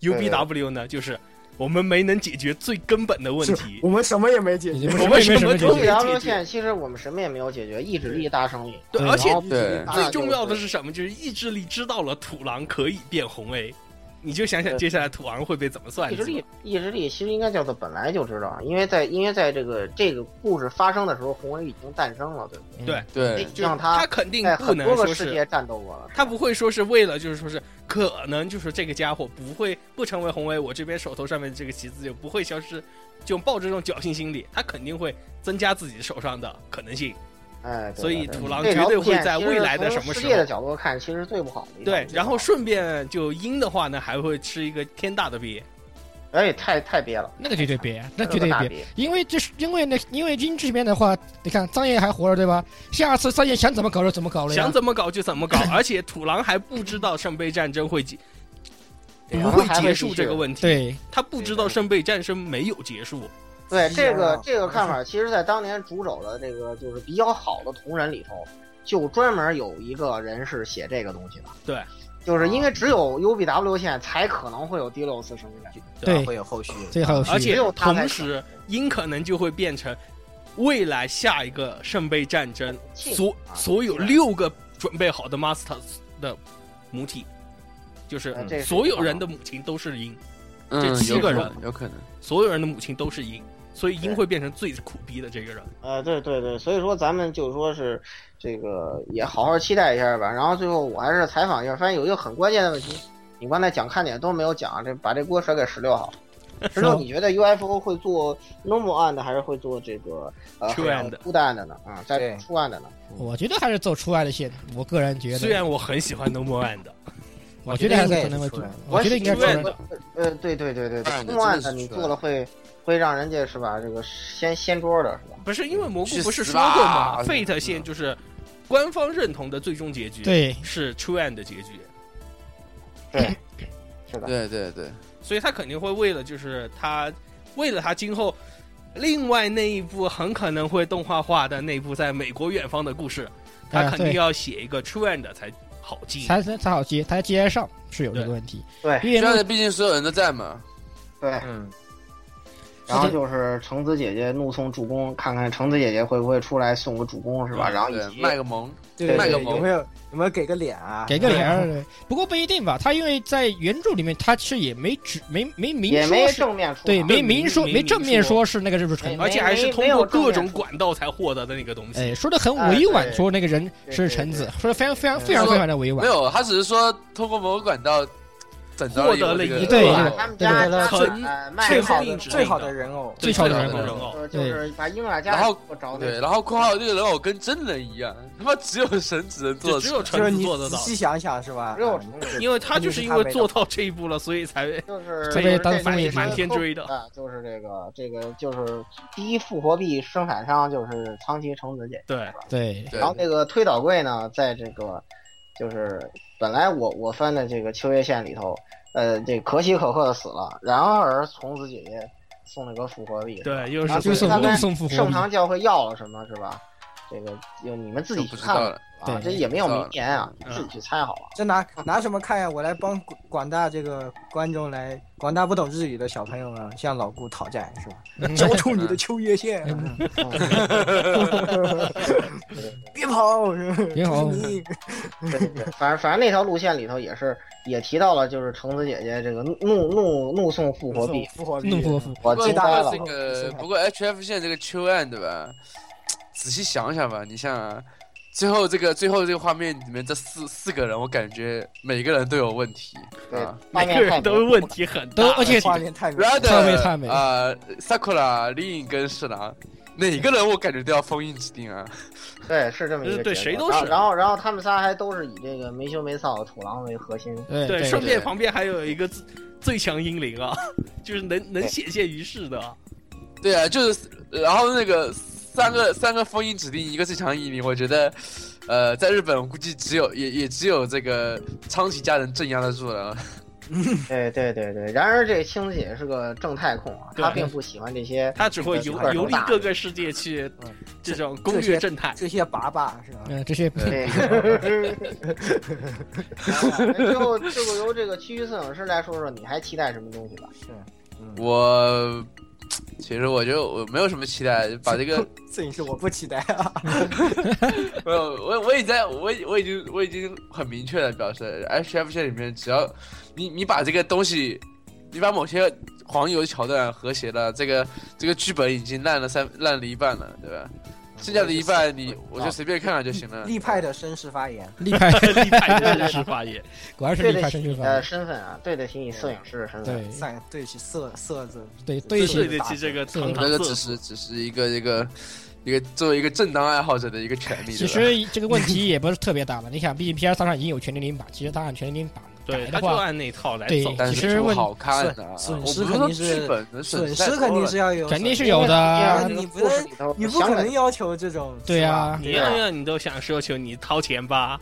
U 对 B W 呢，就是我们没能解决最根本的问题。我们什么也没解已决 <laughs> 经，我们什么都都中没阳解路决。线其实我们什么也没有解决，意志力大胜利。哦对，对而且然后意志力对大最重要的就是什么？就是意志力知道了土狼可以变红 A，你就想想对接下来土狼会被怎么算意计志吧。力，意志力其实应该叫做本来就知道，因为在因为在这个这个故事发生的时候，红人已经诞生了，对不对对？让他他肯定啊在不哎很能多说个世是界战斗过了。他不会说是为了，就是说是可能就是这个家伙不会不成为红 A，我这边手头上面这个棋子就不会消失，就抱着这种侥幸心理，他肯定会增加自己手上的可能性。哎，对所以对土狼这条绝对路线会在其实未来的从什么时世界候的角度看，其实最不好的一条对路，线然后顺便就阴的话呢，还会吃一个天大的鳖。哎，太太憋了，那个绝对别，那那绝对大别，憋。因为这是因为那因为英这边的话，你看张掖还活着对吧？下次张掖想怎么搞就怎么搞了呀想。怎么搞就怎么 <laughs> 搞，而且土狼还不知道圣杯战争会结对不然后还结会束继这个续问题，对，他不知道圣杯战争没有结束。对是这啊 <laughs> 个这个看法，其实，在当年主手的这个就是比较好的同人里头，就专门有一个人是写这个东西的。对，就是因为只有 UBW 线才可能会有第六次生命战，对会有后续。这个好有而趣。且只有他才同时，阴可能就会变成未来下一个圣杯战争庆所啊所有六个准备好的 masters 的母体，就是呃这是所有人的母亲都是阴，嗯，这七有个可人能有可能，所有人的母亲都是阴，所以阴对会变成最苦逼的这个人。呃，对对对，所以说咱们就说是这个也好好期待一下吧。然后最后我还是采访一下，发现有一个很关键的问题，你刚才讲看点都没有讲，这把这锅甩给十六好。十六，你觉得 UFO 会做 normal 案的，还是会做这个呃出案的出案的呢？啊，在对出案的呢？我觉得还是走出来的线，我个人觉虽得，然我很喜欢 No More a n 的，我觉得还是可能会我觉得应我觉得应该该也是出来，是出出来院。的，呃，对对对对，哎对你出案真的的是你出来做了会会让人家是吧？这个掀掀桌的是吧？ <laughs> 不是因为蘑菇去不是死说过吧吗？Fate 线就是官方认同的最终结局，对，是 True End 的结局。对，是的，对对对，所以他肯定会为了就是他为了他今后另外那一部很可能会动画化的那部在美国远方的故事，他啊肯定要写一个 true end 才好记。才才才好接，才接得上是有这个问题。对因为虽那然毕竟所有人都在嘛，对。嗯，然后就是橙子姐姐怒送助攻，看看橙子姐姐会不会出来送个助攻是吧？然后以对，及卖个萌，对啊卖对个对，萌有没有有没有给个脸啊？给个脸嗯儿，不过不一定吧。他因为在原著里面，他是也没指没没明也没说是，正面出对，场，没对明说没没明正面说说是那个是不是橙没子。而且还是通没有过正各面种管道才获得的那个东西哎，，说的很啊委婉，对说那个人对是对橙子对，说的非常非常非常说非常的委婉没。有，他只是说通过某个管道整到获得了一一个个对把对他们对对家对家对产呃卖最给好那的个最好的人偶，对最最少好的的人人偶偶。呃就是把英尔家然后给我找那对，个，然后括号这个人偶跟真人一样，他妈只有神只能就做只出有来，就是橙子你做得仔到，细想想是吧？只有嗯橙子因为他就是因为做到这一步了，所以才就是特别当这综艺节这目满天追的啊，就是这个这个就是第一复活币生产商就是苍崎橙子姐姐。对对，对然后那个推导柜呢，在这个就是本来我我翻的这个秋叶县里头，呃，这可喜可贺的死了，然而从子姐姐送了个复活币，对，又然后是啊就就是看怒看送复活盛币，唐教会要了什么是吧？这个就你们自己就去不知看道吧了。啊，对这也没有名言啊，嗯自己去猜好 <laughs> 了。这拿拿什么看呀？我来帮广广大这个观众来，广大不懂日语的小朋友们向老顾讨债是吧？ <laughs> 交出你的秋叶线，啊 <laughs> 嗯别跑！是吧别跑这是你反正反正那条路线里头也是也提到了，就是橙子姐姐这个怒怒怒怒送复活币，复活币，弄破复。我不过惊不呆过了这。个，不过 H F 线这个秋案对吧？仔细想想吧，你像、啊、最后这个最后这个画面里面这四四个人，我感觉每个人都有问题对啊。画每面个太人模都糊问了题很大都，而且画面太美了 Rather 太美太美啊，Sakura 另一根侍郎，哪个人我感觉都要封印指定啊。对，是这么一个对结谁都构然后是然后，然后他们仨还都是以这个没羞没臊的土狼为 <laughs> 核心。对对，对顺便对旁边还有一个最最强英灵啊，就是能能显现于世的。对啊，就是然后那个三个三个封印指定，一个最强移民，我觉得，呃，在日本估计只有也也只有这个苍崎家人镇压得住了。对对对对，然而这青姐是个正太控啊，对她并不喜欢这 <laughs> 些，他只会游这个游历大各个世界去嗯，这种攻略正太。这些粑粑是吧？嗯，这些对， <laughs> <laughs> 好啊最后最后由这个区域摄影师来说说，你还期待什么东西吧？嗯我其实我就我没有什么期待，把这个 <laughs> <laughs> 摄影师我不期待啊，没有，我我已经在我已我已经我已经很明确的表示，H F 线里面只要你你把这个东西，你把某些黄油桥段和谐了，这个这个剧本已经烂了三烂了一半了，对吧？剩下的一半你嗯我就随便啊看看就行了。 <laughs> 立派的绅士发言，立派，立派真的是发言，果然是对立得派起绅你士的范。身份啊，对得起你摄影师的身份。呃啊对散对起色色字，对对对对是起得起这个堂堂那个色只是只是一个一个一个作为一个正当爱好者的一个权利。其对吧实这个问题也不是特别大嘛，你想，毕竟 PS 三上已经有全年龄版，其实它按全年龄版对，改他的就话，按那套来对走。但其是实不问好看的、啊，损我不损失说肯定是剧本的损失太失多肯定了是要有，肯定是因为有的啊。这个你不故事能里头你不想可改能要求这种，对呀啊，你样样你都想奢求，你掏钱吧。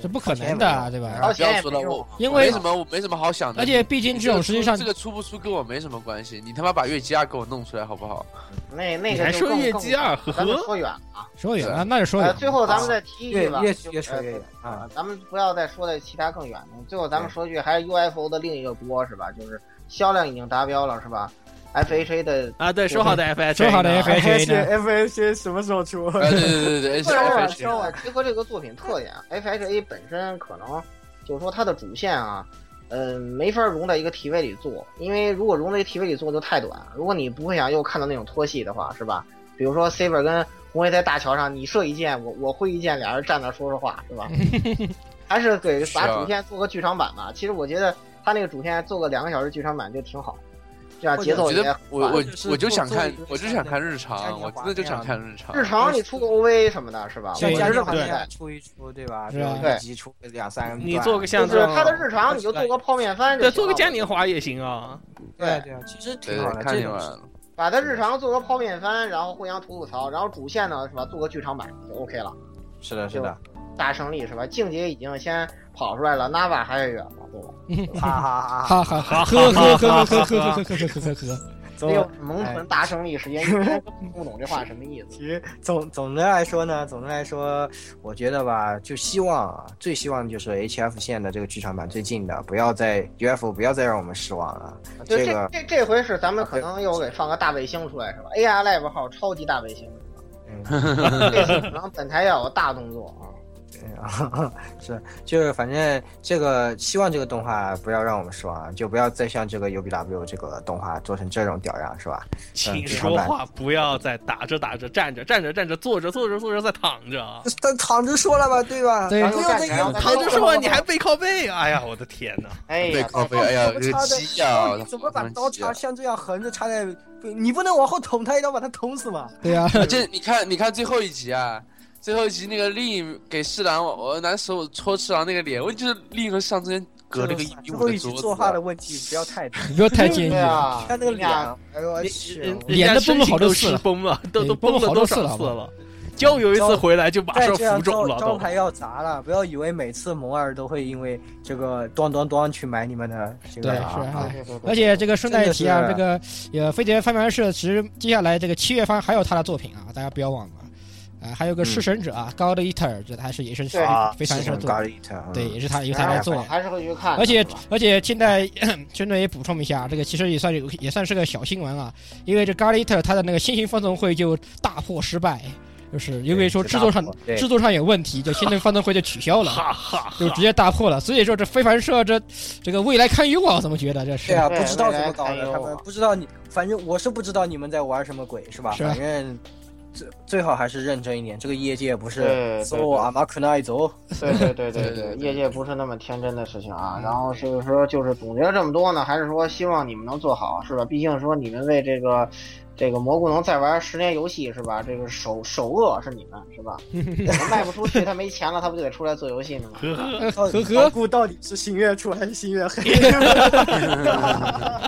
这不可能的，对吧？掏不要钱也说没了，用我啊。因没为什么，我没什么好想的。而且毕竟这种实际上这个出不出跟我没什么关系，你他妈把月姬亚啊给我弄出来好不好？那那你个还就说更月更姬啊二，呵咱们呵，说远了啊。说远了，那就说远啊呃，了。最后咱们再提一越句吧，越就越扯呃越远啊啊，咱们不要再说在其他更远的。最后咱们说句，还是 UFO 的另一个锅是吧？就是销量已经达标了是吧？FHA 的啊，对，说好的 F H，说好的 FHA 呢？ F H A 什么时候出？哎，对对对对，个人而来且说啊，结合这个作品特点，FHA 本身可能就是说它的主线啊，嗯、没法融在一个体位里做，因为如果融在一个体位里做就太短。如果你不会想又看到那种拖戏的话，是吧？比如说 Saber 跟红卫在大桥上，你射一箭，我我挥一箭，俩人站那儿说说话， <laughs> 是吧？还是给是啊把主线做个剧场版吧。其实我觉得他那个主线做个两个小时剧场版就挺好，这样或者节奏我觉也得我很快我我就想看，我就想看日常，我真的就想看日常。日常你出个 OVA 什么的，是吧？像我觉像加得州很好期待像出一出，对吧？是啊就一集出两三你段做个像就这是种，他的日哦常，你就做个泡面番就对，行了，做个嘉年华也行啊。对对，其实对挺好啊对，的，看这见种了。把他日常做个泡面番，然后互相吐吐槽，然后主线呢是吧，做个剧场版就 OK 了，是的，是是的的，大胜利是吧？境界已经先跑出来了，Nava 还是远了，对吧？哈哈 <laughs> 哈，哈哈哈，呵呵呵呵呵呵呵呵呵呵呵。没有总萌豚哎大胜利时间，你还真不懂这话什么意思。哎 <laughs> 其实总总的来说呢，总的来说，我觉得吧，就希望啊，最希望就是 H F 线的这个剧场版最近的，不要再 U F 不要再让我们失望啊了。就这这个，这这回是咱们可能又给放个大卫星出来是吧？AI Live 号超级大卫星，嗯。 <laughs> 这次可能本台要有大动作啊。啊，是，就是反正这个希望这个动画不要让我们失望，啊就不要再像这个 UBW 这个动画做成这种屌样，是吧？请说话不要再打着打着站着站着站着坐着坐着坐着再躺着，但躺着说了吧，对吧？对不用再硬躺躺着说完你还背靠背，哎呀，我的天哪！哎背呀，靠背， <laughs> 哎呀，刀这个插在哦鸡呀，你怎么把我的刀鸡啊呀插像这样横着插在？不你不能往后捅他一刀把他捅死吗？对呀， <laughs> 而且你看，你看最后一集啊，最后一集那个令给侍郎，我我拿手戳侍郎那个脸，问题就是令和侍郎之间隔了个一米五最后的一集桌作画子啊的。问题不要太大，你不要太介意对。啊，看那个脸呀，，哎呦我人去人！脸人都崩家了好身体多都次失了崩了，都对都崩了好多了多次少了好次吧了？焦有一次回来就马再上这样浮肿招了招都。牌要砸了，不要以为每次萌二都会因为这个咚咚咚去买你们的这个对啊是啊对对对而且这个顺带一提啊，这真的是个呃，飞碟翻盘社其实接下来这个七月份还有他的作品啊，大家不要忘了。啊、还有个弑神者啊、高 g o d Eater，这还是也是对嗯啊，哎非常是适合很做高的，的一层，嗯对，也是他由他来做哎的。还是会去看的，而且是吧而且现在 <clears throat> 真的也补充一下，啊这个其实也算是也算是个小新闻啊，因为这 g a r l i t 他的那个新型放送会就大破失败，就是因为说制作上对制作上有问题，就新型放送会就取消了。哈哈就哈！直接大破了，所以说这非凡社这这个未来堪忧啊，我怎么觉得这是对啊，对哎不知道怎么搞未来的，堪他忧们不知道你，反正我是不知道你们在玩什么鬼，是吧？是啊反正最最好还是认真一点，这个业界不对是对对走阿玛克奈走，对对对对对对对业界不是那么天真的事情啊。然后所以说，就是总结了这么多呢，还是说希望你们能做好，是吧？毕竟说你们为这个这个蘑菇能再玩十年游戏是吧？这个首首恶是你们是吧？我卖不出去，他没钱了，他不就得出来做游戏呢吗？ <laughs> 呃呵蘑呵，菇到底是星月出还是星月黑？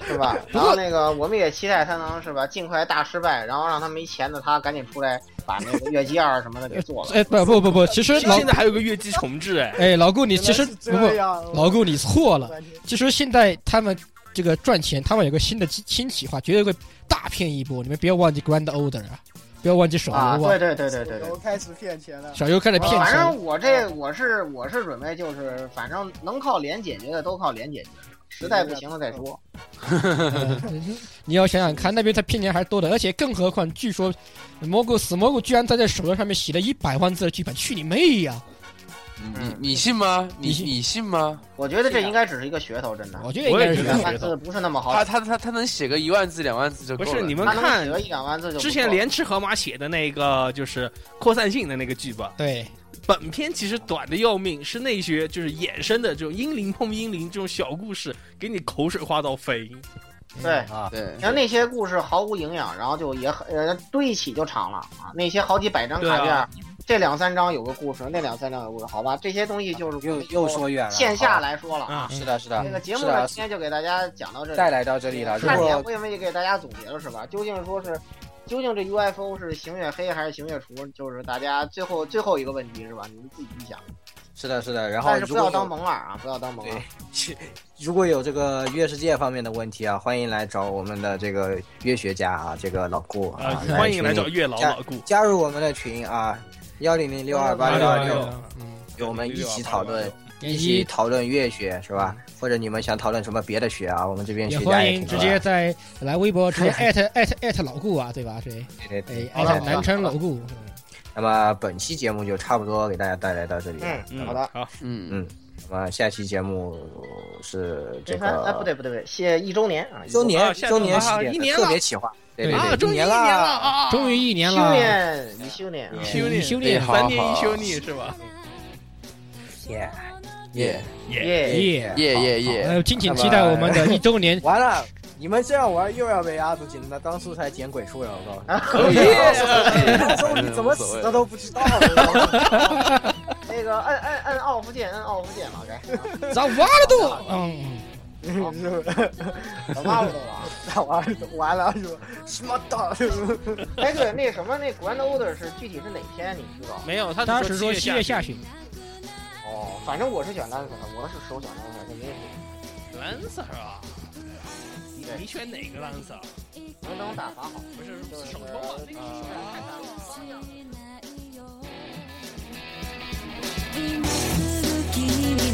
是吧？然后那个我们也期待他能是吧，尽快大失败，然后让他没钱的他赶紧出来把那个月姬二什么的给做了。 <laughs> 哎，不不不不，其实老现在还有个月姬重置哎，哎老顾你其实原来是不不这，样，老顾你错了，我感觉其实现在他们这个赚钱，他们有个新的新新企划，绝对会大骗一波。你们不要忘记 Grand Order 啊，不要忘记手游啊，对啊，对对对对对我。开始骗钱了。手游开始呃骗呃反钱。正我这我是我是准备就是，反正能靠脸解决的都靠脸解决，实在不行了再说。呃 <laughs> 你要想想看，那边他骗钱还是多的，而且更何况，据说蘑菇死蘑菇居然在这手游上面写了一百万字的剧本，去你妹呀！你你信吗？你你信你信吗？我觉得这应该只是一个噱头，真的。我觉得应我也该觉是得两万字不是那么好他，他他他能写个一万字两万字就不够了。是你们他能看写个一两万字就不之前错连吃河马写的那个就是扩散性的那个剧本，对，本片其实短的要命，是那些就是衍生的这种英灵碰英灵这种小故事，给你口水花到飞。对。啊，对像那些故事毫无营养，然后就也很呃堆一起就长了啊。那些好几百张卡对片，啊这两三张有个故事，那两三张有个故事，好吧？这些东西就是又又说远了。线下好吧来说了啊。啊是的，是这的，个节目是呢，的今天就给大家讲到这里。再来到这里了。如看点果我也没给大家总结了是吧？究竟说是，究竟这 UFO 是行月黑还是行月厨？就是大家最后最后一个问题是吧？你们自己想。是的，是的，然后但是如不果要有当萌耳啊，不要当萌耳对。 <laughs> 如果有这个月世界方面的问题啊，欢迎来找我们的这个乐学家啊，这个老顾啊啊，，欢迎来群找月老加老顾。加入我们的群啊，幺零零六二八六二六，嗯，我们一起讨论，点一起击讨论乐学是吧？或者你们想讨论什么别的学啊？我们这边也学家欢也迎挺直多的接在来微博直接艾特艾特艾特老顾啊，对吧？对，对对对哎，，艾特南昌老顾。那么本期节目就差不多给大家带来到这里了。嗯，好的。好，嗯嗯那么下期节目是这这番哎，个不对不对不对，谢一周年啊，一周年啊下周周年系啊列一年的特了别企划，对对啊，对，终于一年了啦！啊！终于一年周了，年，一周年啊。修炼修哎炼好三年一修炼是吧？耶耶耶耶！耶耶耶！呃，敬请期待我们的一周 <laughs> 年完了，你们这样玩又要被压住，简直了！当初才捡鬼畜了，我告诉你。可 <laughs> 以啊当啊初你怎么死的都不知道了。那个摁摁摁 off 键，摁 off 键了该。咋完了都？嗯，是吧我妈不懂啊。那完了完了，是吧？什么的， <laughs> 哎，对，那什么，那 Grand Order 是具体是哪天？你知道？没有，他当时说七七月下下旬，哦，反正我是选蓝色的，我是首选蓝色的，没事。 ，Lancer 啊，你你选哪个 Lancer？能等打法好。不是就是手抽啊，那个手抽太大了。今すぐ君に